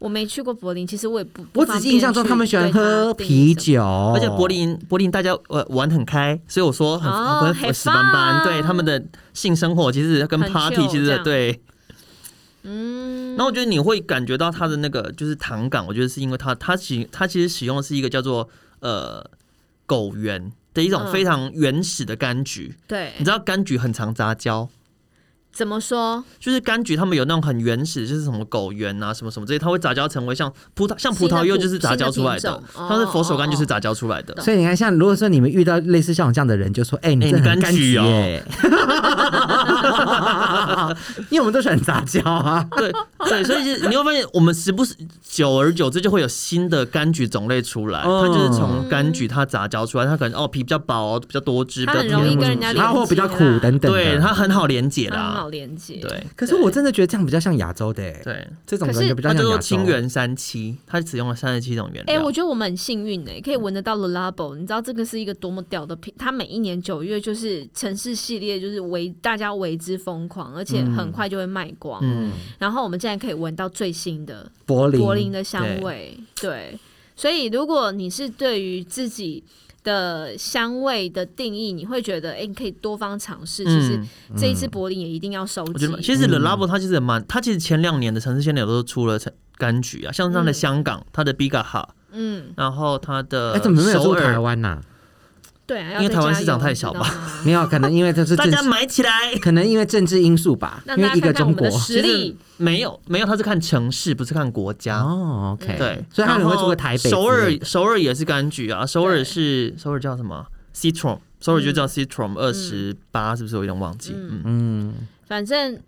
Speaker 3: 我没去过柏林，其实我也不。
Speaker 4: 我
Speaker 3: 不
Speaker 4: 只
Speaker 3: 方
Speaker 4: 记印象中
Speaker 3: 便去
Speaker 4: 他们喜欢
Speaker 3: 对它
Speaker 4: 喝
Speaker 3: 定义什
Speaker 4: 啤
Speaker 3: 么。
Speaker 4: 酒，
Speaker 2: 而且柏林柏林大家呃玩很开，所以我说很
Speaker 3: 哦
Speaker 2: 很
Speaker 3: 很
Speaker 2: 死板板。
Speaker 3: fun
Speaker 2: 对他们的性生活其实跟
Speaker 3: 很
Speaker 2: party
Speaker 3: chill
Speaker 2: 其
Speaker 3: 这
Speaker 2: 实
Speaker 3: 样
Speaker 2: 对。
Speaker 3: 嗯，
Speaker 2: 然后我觉得你会感觉到它的那个就是糖感，我觉得是因为它它其它其实使用的是一个叫做呃狗源的一种
Speaker 3: 嗯哎
Speaker 2: 非常原始的柑橘。
Speaker 3: 对
Speaker 2: 你，知道柑橘很常杂交，
Speaker 3: 怎么说？
Speaker 2: 就是柑橘他们有那种很原始，就是什么狗源啊，什么什么这些，它会杂交成为像葡萄，像葡萄柚就是杂交出来
Speaker 3: 新的
Speaker 2: 的
Speaker 3: 品，种哦
Speaker 2: 它是佛手柑就是杂交出来的。
Speaker 4: 所以你看，像如果说你们遇到类似像我这样的人，就说：“哎、你
Speaker 2: 哎
Speaker 4: 这很
Speaker 2: 你柑橘
Speaker 4: 橘
Speaker 2: 哦
Speaker 4: 耶、因为我们都喜欢杂交啊。
Speaker 2: 对对，所以是你会发现，我们时不时久而久之就会有新的柑橘种类出来，
Speaker 4: 嗯
Speaker 2: 它就是从柑橘它杂交出来，它可能哦皮比较薄、比较多汁，比
Speaker 3: 它
Speaker 2: 较
Speaker 3: 很容易
Speaker 2: 甜
Speaker 3: 跟人家
Speaker 4: 然后或比较
Speaker 3: 连
Speaker 4: 苦
Speaker 3: 接啦
Speaker 4: 等等的
Speaker 2: 对它很好连结
Speaker 3: 它很好
Speaker 2: 啦。
Speaker 3: 连接。哎
Speaker 2: 对
Speaker 4: 可是我真的觉得这样比较像亚洲的、哎，
Speaker 2: 对，
Speaker 4: 这种
Speaker 3: 可
Speaker 4: 人
Speaker 3: 是
Speaker 4: 就比较
Speaker 2: 它叫
Speaker 4: 像亚
Speaker 2: 做
Speaker 4: 洲。
Speaker 2: 清源三七，它只用了三十七种原
Speaker 3: 哎、
Speaker 4: 啊
Speaker 2: 料。
Speaker 3: 我觉得我们很幸运哎、可以闻得到 The Labo。你知道这个是一个多么屌的品？它每一年九月就是城市系列，就是为大家为之疯狂，而
Speaker 4: 嗯
Speaker 3: 且很快就会卖光。
Speaker 2: 嗯，
Speaker 3: 然后我们竟然可以闻到最新的
Speaker 4: 柏林，
Speaker 3: 柏林的香味，对。所以如果你是对于自己的香味的定义，你会觉得，哎、你可以多方尝试。其实
Speaker 2: 嗯
Speaker 3: 这一支柏林也一定要收
Speaker 2: 我
Speaker 3: 集
Speaker 2: 觉。得其实 Le Labo 它其实也蛮，它其实前两年的城市限定都出了柑橘啊，像它的香港，它的 Biga 哈，
Speaker 3: 嗯，
Speaker 2: 然后它的
Speaker 4: 哎，怎么没有
Speaker 2: 首
Speaker 4: 做台
Speaker 2: 尔，
Speaker 4: 湾呐？
Speaker 3: 对啊，要
Speaker 2: 因为
Speaker 3: 再
Speaker 2: 台湾
Speaker 3: 加
Speaker 2: 市场
Speaker 3: 油
Speaker 2: 太小吧？
Speaker 3: 你知道吗
Speaker 4: 没有，可能因为这是
Speaker 2: 大
Speaker 4: 政
Speaker 2: 家
Speaker 4: 治，
Speaker 2: 买起来。
Speaker 4: 可能因为政治因素吧，
Speaker 3: 让
Speaker 4: 因为
Speaker 3: 大
Speaker 4: 一
Speaker 3: 家
Speaker 4: 个
Speaker 3: 看看我
Speaker 4: 中
Speaker 3: 们
Speaker 4: 国
Speaker 3: 的实力。
Speaker 2: 没有没有，它是看城市，不是看国家。
Speaker 4: 哦，OK，
Speaker 2: 啊对，
Speaker 4: 所以他可能会出个
Speaker 2: 然后
Speaker 4: 台北
Speaker 2: 首
Speaker 4: 之
Speaker 2: 尔
Speaker 4: 类的
Speaker 2: 首尔也是柑橘啊，首
Speaker 3: 对嗯
Speaker 2: 尔是首尔叫什么？Citron，首尔就叫 Citron 二十八，是不是？我有点忘记。嗯，
Speaker 4: 嗯，
Speaker 3: 反正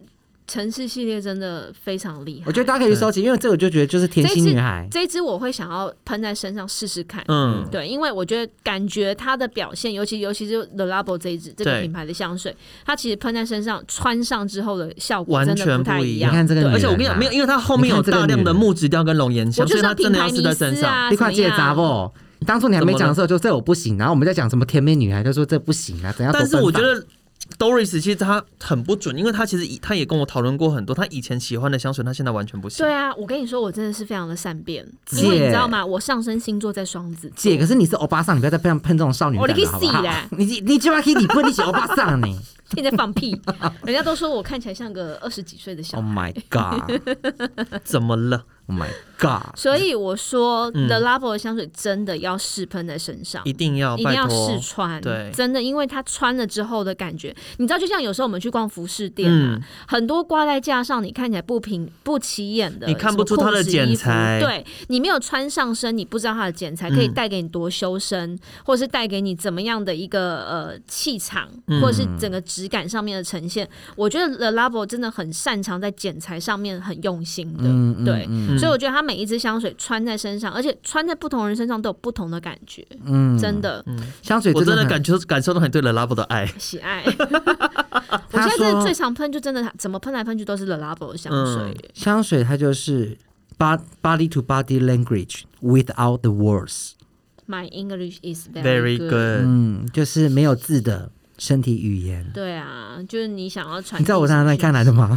Speaker 3: 城市系列真的非常厉害。
Speaker 4: 我觉得大家可以去收集，因为这个我就觉得就是甜心女孩，
Speaker 3: 这一支我会想要喷在身上试试看。
Speaker 2: 嗯
Speaker 3: 对，因为我觉得感觉它的表现，尤其尤其是 The Labo 这一支这个
Speaker 2: 对
Speaker 3: 品牌的香水，它其实喷在身上穿上之后的效果
Speaker 2: 完
Speaker 3: 真的啊
Speaker 2: 全
Speaker 3: 不太
Speaker 2: 不
Speaker 3: 一
Speaker 2: 一样
Speaker 3: 样。
Speaker 4: 你看这个
Speaker 3: 对
Speaker 4: 女
Speaker 2: 而
Speaker 4: 人
Speaker 2: 且我跟你讲，没有，因为它后面有大量的木质调跟龙涎
Speaker 3: 我
Speaker 2: 香，所
Speaker 3: 就
Speaker 2: 以
Speaker 3: 是要
Speaker 2: 它
Speaker 3: 品
Speaker 2: 真的
Speaker 3: 牌
Speaker 2: 要
Speaker 3: 迷
Speaker 2: 试在身
Speaker 3: 思
Speaker 2: 上。
Speaker 3: 啊，
Speaker 4: 你快
Speaker 3: 怎么
Speaker 4: 借
Speaker 3: 样
Speaker 4: 杂不？当初你还没讲的时候，就这我不行，然后我们在讲什么甜美女孩，就说这不行啊，怎样？
Speaker 2: 但是
Speaker 4: 多
Speaker 2: 我
Speaker 4: 奔
Speaker 2: 觉
Speaker 4: 放
Speaker 2: 得 Doris 其实她很不准，因为她其实以她也跟我讨论过很多，她以前喜欢的香水，她现在完全不喜
Speaker 3: 对
Speaker 2: 欢。
Speaker 3: 啊，我跟你说，我真的是非常的善变，
Speaker 4: 姐
Speaker 3: 因为你知道吗？我上升星座在双子座
Speaker 4: 姐，可是你是欧巴桑，你不要再喷喷这种少女感
Speaker 3: 哦你去
Speaker 4: 了，好不好
Speaker 3: 死啦？
Speaker 4: 你你就要去你不，你是欧巴 桑呢
Speaker 2: 哦
Speaker 3: 你在放屁，人家都说我看起来像个二十几岁的
Speaker 2: 哦
Speaker 3: 小
Speaker 4: ？Oh
Speaker 3: 孩。
Speaker 4: my god！Oh
Speaker 2: 怎么了？
Speaker 4: my god！
Speaker 3: 所以我说
Speaker 2: 嗯
Speaker 3: The Labo 的香水真的要试喷在身上，
Speaker 2: 一定要
Speaker 3: 一定
Speaker 2: 拜
Speaker 3: 要
Speaker 2: 托
Speaker 3: 试。穿，
Speaker 2: 对
Speaker 3: 真的，因为它穿了之后的感觉，你知道，就像有时候我们去逛服饰店啊，
Speaker 2: 嗯，
Speaker 3: 很多挂在架上，你看起来不平不起眼的，
Speaker 2: 你看不出它的剪裁
Speaker 3: 什么裤子衣服对你没有穿上身，你不知道它的剪裁
Speaker 2: 嗯
Speaker 3: 可以带给你多修身，或是带给你怎么样的一个呃气场，
Speaker 2: 嗯
Speaker 3: 或者是整个质感上面的呈现。我觉得 The Labo 真的很擅长在剪裁上面很用心的，
Speaker 4: 嗯，
Speaker 3: 对。
Speaker 4: 嗯，
Speaker 3: 所以我觉得它每一支香水穿在身上，而且穿在不同人身上都有不同的感觉，
Speaker 4: 嗯
Speaker 3: 真的。
Speaker 4: 香水
Speaker 2: 我真的
Speaker 4: 很
Speaker 2: 感觉感受到你对 Le Labo 的爱。
Speaker 3: 喜 爱。我现在真
Speaker 4: 说
Speaker 3: 的最常喷，就真的怎么喷来喷去都是 The Labo 的香
Speaker 2: 嗯
Speaker 3: 水。
Speaker 4: 香水它就是 bod- body to body language without the words，
Speaker 3: My English is
Speaker 2: Very good。
Speaker 4: 嗯，就是没有字的身体语言。
Speaker 3: 对啊，就是你想要传递什么讯息。
Speaker 4: 你知道我在哪里看来的吗？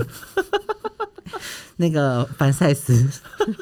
Speaker 4: 那个凡赛斯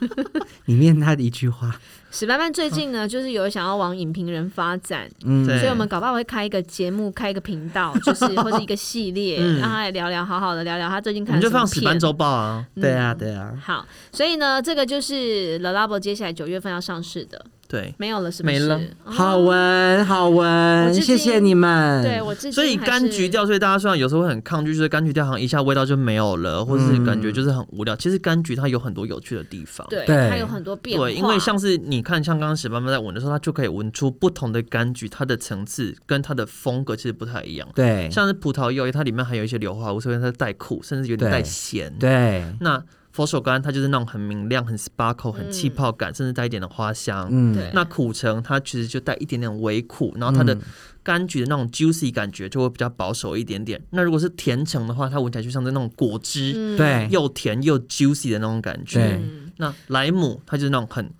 Speaker 4: 里面他的一句话，
Speaker 3: 史班班最近呢，就是有想要往影评人发展，
Speaker 4: 嗯，
Speaker 2: 对
Speaker 3: 所以我们搞不好会开一个节目，开一个频道，就是或是一个系列，让他来聊聊，好好的聊聊他最近
Speaker 2: 嗯我
Speaker 3: 看
Speaker 2: 们
Speaker 3: 了
Speaker 2: 就
Speaker 3: 什么
Speaker 2: 放《史班
Speaker 3: 片。
Speaker 2: 周报》啊。
Speaker 4: 对啊，对啊，
Speaker 3: 好，所以呢，这个就是《The Labo》接下来九月份要上市的，
Speaker 2: 对，
Speaker 3: 没有了，是不
Speaker 2: 没
Speaker 3: 是？
Speaker 2: 了啊
Speaker 3: 哦
Speaker 4: 好闻，好
Speaker 3: 我
Speaker 4: 闻，
Speaker 3: 至今
Speaker 4: 谢谢你们。
Speaker 3: 对我至今
Speaker 2: 所以
Speaker 3: 还
Speaker 2: 柑橘
Speaker 3: 是
Speaker 2: 调，所以大家虽然有时候会很抗拒，就是柑橘调好像一下味道就没有了，或者是感
Speaker 4: 嗯
Speaker 2: 觉就是很无聊。其实柑橘它有很多有趣的地方。
Speaker 3: 对，
Speaker 4: 对
Speaker 3: 它有很多变化。
Speaker 2: 对，因为像是你看，像刚刚史班班在闻的时候，它就可以闻出不同的柑橘，它的层次跟它的风格其实不太一样。
Speaker 4: 对
Speaker 2: 像是葡萄柚，它里面含有一些硫化物，所以它带苦，甚至有点
Speaker 4: 对
Speaker 2: 带咸。
Speaker 4: 对，
Speaker 2: 那佛手柑它就是那种很明亮、很 sparkle、很
Speaker 3: 嗯
Speaker 2: 气泡感，甚至带一点的花香。
Speaker 3: 对
Speaker 4: 嗯，
Speaker 2: 那苦橙它其实就带一点点微苦，然后它的柑橘的那种 juicy 感觉就会比较保守一点点。那如果是甜橙的话，它闻起来就像是那种果汁，
Speaker 3: 嗯
Speaker 4: 对，
Speaker 2: 又甜又 juicy 的那种感
Speaker 4: 对
Speaker 2: 觉。那莱姆它就是那种很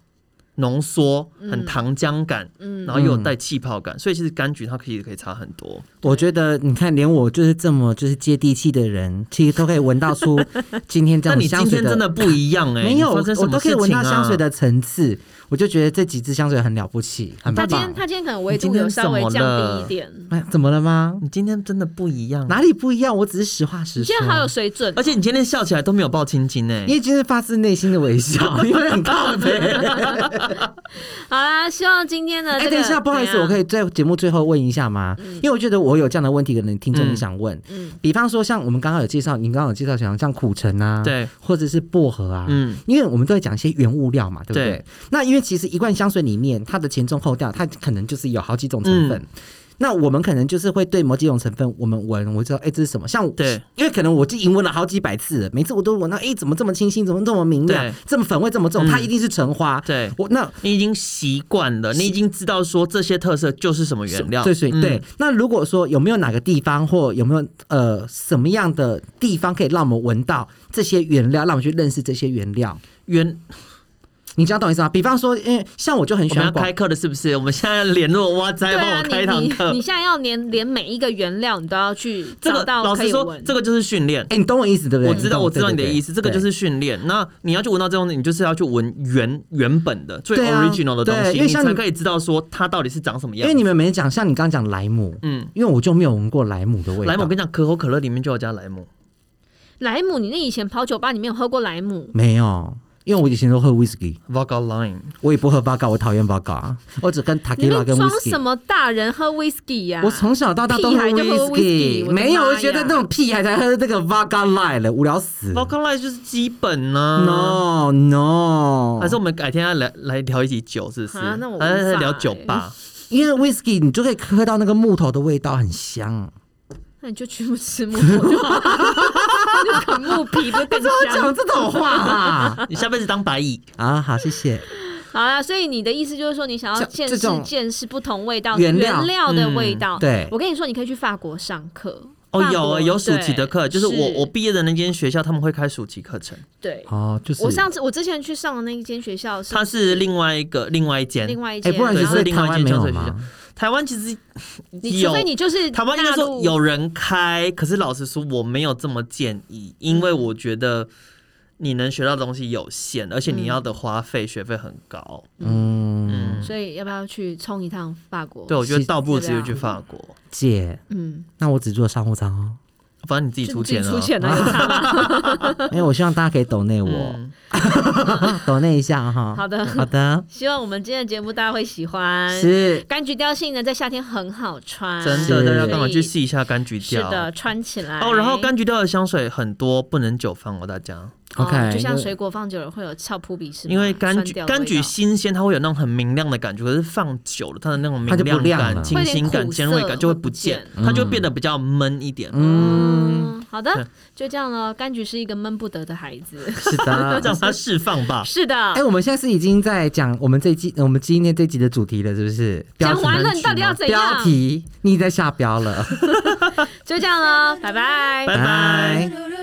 Speaker 2: 浓缩、很糖浆感，
Speaker 3: 嗯
Speaker 2: 然后又有带气泡感，所以其实柑橘它可以可以差很多。
Speaker 4: 我觉得你看，连我就是这么就是接地气的人，其实都可以闻到 出今天这
Speaker 2: 但
Speaker 4: 种
Speaker 2: 你今
Speaker 4: 香水
Speaker 2: 天真的不一样哎、
Speaker 4: 没有，我
Speaker 2: 发生什
Speaker 4: 我
Speaker 2: 么
Speaker 4: 都可以
Speaker 2: 事
Speaker 4: 闻
Speaker 2: 情
Speaker 4: 到
Speaker 2: 啊
Speaker 4: 香水。的层次，我就觉得这几支香水很了不起，很
Speaker 3: 他
Speaker 4: 棒
Speaker 3: 今天
Speaker 4: 棒。
Speaker 3: 他今天可能维
Speaker 2: 你今
Speaker 3: 度有
Speaker 2: 天
Speaker 3: 稍
Speaker 2: 怎
Speaker 3: 微
Speaker 2: 么
Speaker 3: 降低
Speaker 2: 了
Speaker 3: 一点，
Speaker 4: 哎，怎么了吗？
Speaker 2: 你今天真的不一样，
Speaker 4: 哪里不一样？我只是实话实
Speaker 3: 你
Speaker 4: 说
Speaker 3: 今。天好有水准哦，
Speaker 2: 而且你今天笑起来都没有抱亲亲哎
Speaker 3: 嗯
Speaker 4: 因，为就是发自内心的 微笑，因为很靠北。
Speaker 3: 好啦，希望今天的
Speaker 4: 哎、
Speaker 3: 这个
Speaker 4: 等一下，不好意思，我可
Speaker 3: 以
Speaker 4: 以在节目最后问一下吗？因为我觉得我有这样的问题，可能听众也想问。
Speaker 3: 嗯
Speaker 4: 比方说，像我们刚刚有介绍，您刚刚有介绍，像像苦橙啊，
Speaker 2: 对，
Speaker 4: 或者是薄荷啊，
Speaker 2: 嗯，
Speaker 4: 因为我们都会讲一些原物料嘛，对不对？
Speaker 2: 对
Speaker 4: 那因为其实一罐香水里面，它的前中后调，它可能就是有好几种成分。
Speaker 2: 嗯
Speaker 4: 那我们可能就是会对某几种成分，我们闻，我知道，哎、这是什么？像我
Speaker 2: 对，
Speaker 4: 因为可能我就已经闻了好几百次了，每次我都闻到，哎、怎么这么清新，怎么这么明亮
Speaker 2: 对，
Speaker 4: 这么粉味这么重？
Speaker 2: 嗯
Speaker 4: 它一定是橙花。
Speaker 2: 对
Speaker 4: 我那
Speaker 2: 你已经习惯了，你已经知道说这些特色就是什么原料，
Speaker 4: 对，所以
Speaker 2: 嗯
Speaker 4: 对。那如果说有没有哪个地方，或有没有呃什么样的地方可以让我们闻到这些原料，让我们去认识这些原料？
Speaker 2: 原
Speaker 4: 你知道懂我意思吗？比方说，因为像我就很
Speaker 2: 我
Speaker 4: 喜
Speaker 2: 们要
Speaker 4: 欢广
Speaker 2: 开课了是不是？我们现在要联络哇塞，
Speaker 3: 对
Speaker 2: 帮
Speaker 3: 啊，
Speaker 2: 我开一
Speaker 3: 你
Speaker 2: 堂
Speaker 3: 你
Speaker 2: 课
Speaker 3: 你。现在要连连每一个原料，你都要去
Speaker 2: 这
Speaker 3: 找
Speaker 2: 个
Speaker 3: 到
Speaker 2: 老
Speaker 3: 可
Speaker 2: 实
Speaker 3: 以
Speaker 2: 说，
Speaker 3: 闻。
Speaker 2: 这个就是训练。
Speaker 4: 哎、你懂我意思对不对？
Speaker 2: 我知道，
Speaker 4: 懂
Speaker 2: 我知道你的
Speaker 4: 对对对
Speaker 2: 意思，这个就是训练。那你要去闻到这种，你就是要去闻原原本的最
Speaker 4: 对啊
Speaker 2: original 的东
Speaker 4: 对
Speaker 2: 西，
Speaker 4: 因为
Speaker 2: 你
Speaker 4: 像
Speaker 2: 才
Speaker 4: 你
Speaker 2: 可以知道说它到底是长什么
Speaker 4: 因
Speaker 2: 样
Speaker 4: 为。你们没讲，像你刚刚讲莱姆，
Speaker 2: 嗯，
Speaker 4: 因为我就没有闻过莱姆的味道，
Speaker 2: 莱姆，我跟你讲，可口可乐里面就要加莱姆。
Speaker 3: 莱姆，你那以前跑酒吧，你没有喝过莱姆？
Speaker 4: 没有，因为我以前都喝 whisky，
Speaker 2: Vodka Lime，
Speaker 4: 我也不喝 vodka，我讨厌 vodka，我只跟 t a k i
Speaker 3: 你
Speaker 4: l a
Speaker 3: 们
Speaker 4: 跟
Speaker 3: 装什
Speaker 4: whisky。
Speaker 3: 么大人喝 whisky 呀、
Speaker 4: 我从小到大都
Speaker 3: 屁孩就喝 whisky，我的
Speaker 4: 没有，
Speaker 3: 妈
Speaker 4: 我觉得
Speaker 3: 呀
Speaker 4: 那种屁孩才喝这个 vodka lie 了，无聊死。
Speaker 2: Vodka Lime 就是基本呢、
Speaker 4: No No，
Speaker 2: 啊还是我们改天要来来聊一集酒，是不是？
Speaker 3: 啊那我无
Speaker 2: 还是
Speaker 3: 法
Speaker 2: 聊
Speaker 3: 欸
Speaker 2: 酒吧。
Speaker 4: 因为 whisky 你就可以喝到那个木头的味道，很香。
Speaker 3: 那你就去吃木头就 好了，那个木皮不更香
Speaker 4: 讲？这种话 啊
Speaker 2: 你下辈子当白蚁，
Speaker 4: 啊！好，谢谢。
Speaker 3: 好啦，所以你的意思就是说，你想要
Speaker 4: 像
Speaker 3: 见
Speaker 4: 这
Speaker 3: 识
Speaker 4: 种
Speaker 3: 见识不同味道
Speaker 4: 原料
Speaker 3: 的味道。
Speaker 4: 对
Speaker 3: 我跟你说，你可以去法国上课。
Speaker 2: 嗯哦，
Speaker 3: 法
Speaker 2: 有
Speaker 3: 国
Speaker 2: 啊，有暑期的
Speaker 3: 对
Speaker 2: 课，就是我我
Speaker 3: 是
Speaker 2: 毕业的那间学校，他们会开暑期课程，
Speaker 3: 对，
Speaker 4: 哦，就是
Speaker 3: 我上次我之前去上的那一间学校是
Speaker 2: 它是另外一个另外一间。
Speaker 3: 另外一
Speaker 4: 哎、
Speaker 3: 间，
Speaker 4: 不然
Speaker 2: 对
Speaker 4: 你
Speaker 3: 然后
Speaker 4: 是
Speaker 2: 另
Speaker 4: 台
Speaker 2: 外一
Speaker 4: 湾
Speaker 2: 间
Speaker 4: 没有
Speaker 2: 教学学校
Speaker 4: 吗？
Speaker 2: 台湾其实
Speaker 3: 你除
Speaker 2: 有
Speaker 3: 非你就是
Speaker 2: 台湾应该
Speaker 3: 大
Speaker 2: 说
Speaker 3: 陆
Speaker 2: 有人开，可是老实说，我没有这么建议，因为我觉得你能学到的东西有限，而且你要的花费学费很高。
Speaker 4: 嗯，
Speaker 2: 嗯，
Speaker 3: 所以要不要去冲一趟法国？
Speaker 2: 对，我觉得
Speaker 4: 是
Speaker 2: 倒不如
Speaker 3: 这
Speaker 2: 直接
Speaker 3: 样
Speaker 2: 去法国，
Speaker 4: 姐，
Speaker 3: 嗯，
Speaker 4: 那我只做商务舱 哦。
Speaker 2: 反正你自己
Speaker 3: 就
Speaker 2: 出
Speaker 3: 自己
Speaker 2: 钱啊。
Speaker 3: 出钱 啊，有差吗？
Speaker 4: 因哎为我希望大家可以抖内我，啊
Speaker 2: 嗯，
Speaker 4: 抖内一下哈。
Speaker 3: 好的嗯
Speaker 4: 好的，
Speaker 3: 希望我们今天的节目大家会喜欢。
Speaker 4: 是
Speaker 3: 柑橘调性呢，在夏天很好穿，
Speaker 2: 真
Speaker 4: 是
Speaker 2: 的，大家赶
Speaker 3: 所
Speaker 2: 快
Speaker 3: 以
Speaker 2: 去试一下柑橘
Speaker 3: 是
Speaker 2: 调。
Speaker 3: 的，穿起来
Speaker 2: 哦，然后柑橘调的香水很多，不能久放哦，大家，
Speaker 3: 哦
Speaker 4: OK，
Speaker 3: 就像
Speaker 4: 就
Speaker 3: 水果放久了会有翘扑鼻是吗
Speaker 2: 因为柑
Speaker 3: 啊酸
Speaker 2: 橘
Speaker 3: 掉的味
Speaker 2: 柑橘
Speaker 3: 道
Speaker 2: 新鲜，它会有那种很明亮的感觉，可是放久了，它的那种
Speaker 4: 它
Speaker 2: 明
Speaker 4: 就不
Speaker 2: 亮
Speaker 4: 亮了
Speaker 2: 感、清
Speaker 3: 会有点
Speaker 2: 新感、
Speaker 3: 苦
Speaker 2: 尖锐
Speaker 3: 涩
Speaker 2: 感就会
Speaker 3: 会
Speaker 2: 不
Speaker 3: 不见
Speaker 2: 见，它就会变得比较闷一点。
Speaker 3: 嗯，好的
Speaker 2: 对，
Speaker 3: 就这样了。柑橘是一个闷不得的孩子，
Speaker 4: 是的。
Speaker 2: 让它释放吧。
Speaker 3: 是
Speaker 4: 哎、
Speaker 3: 的。
Speaker 4: 我们现在是已经在讲我们这一季，我们今天这一集的主题了，是不是？标
Speaker 3: 讲
Speaker 4: 题
Speaker 3: 完了，
Speaker 2: 柑橘
Speaker 3: 你到底要
Speaker 2: 吗
Speaker 3: 怎
Speaker 4: 标
Speaker 3: 样？
Speaker 4: 题你在下标了，
Speaker 3: 就这样了，拜拜。
Speaker 2: 拜拜
Speaker 4: 拜。
Speaker 1: Bye.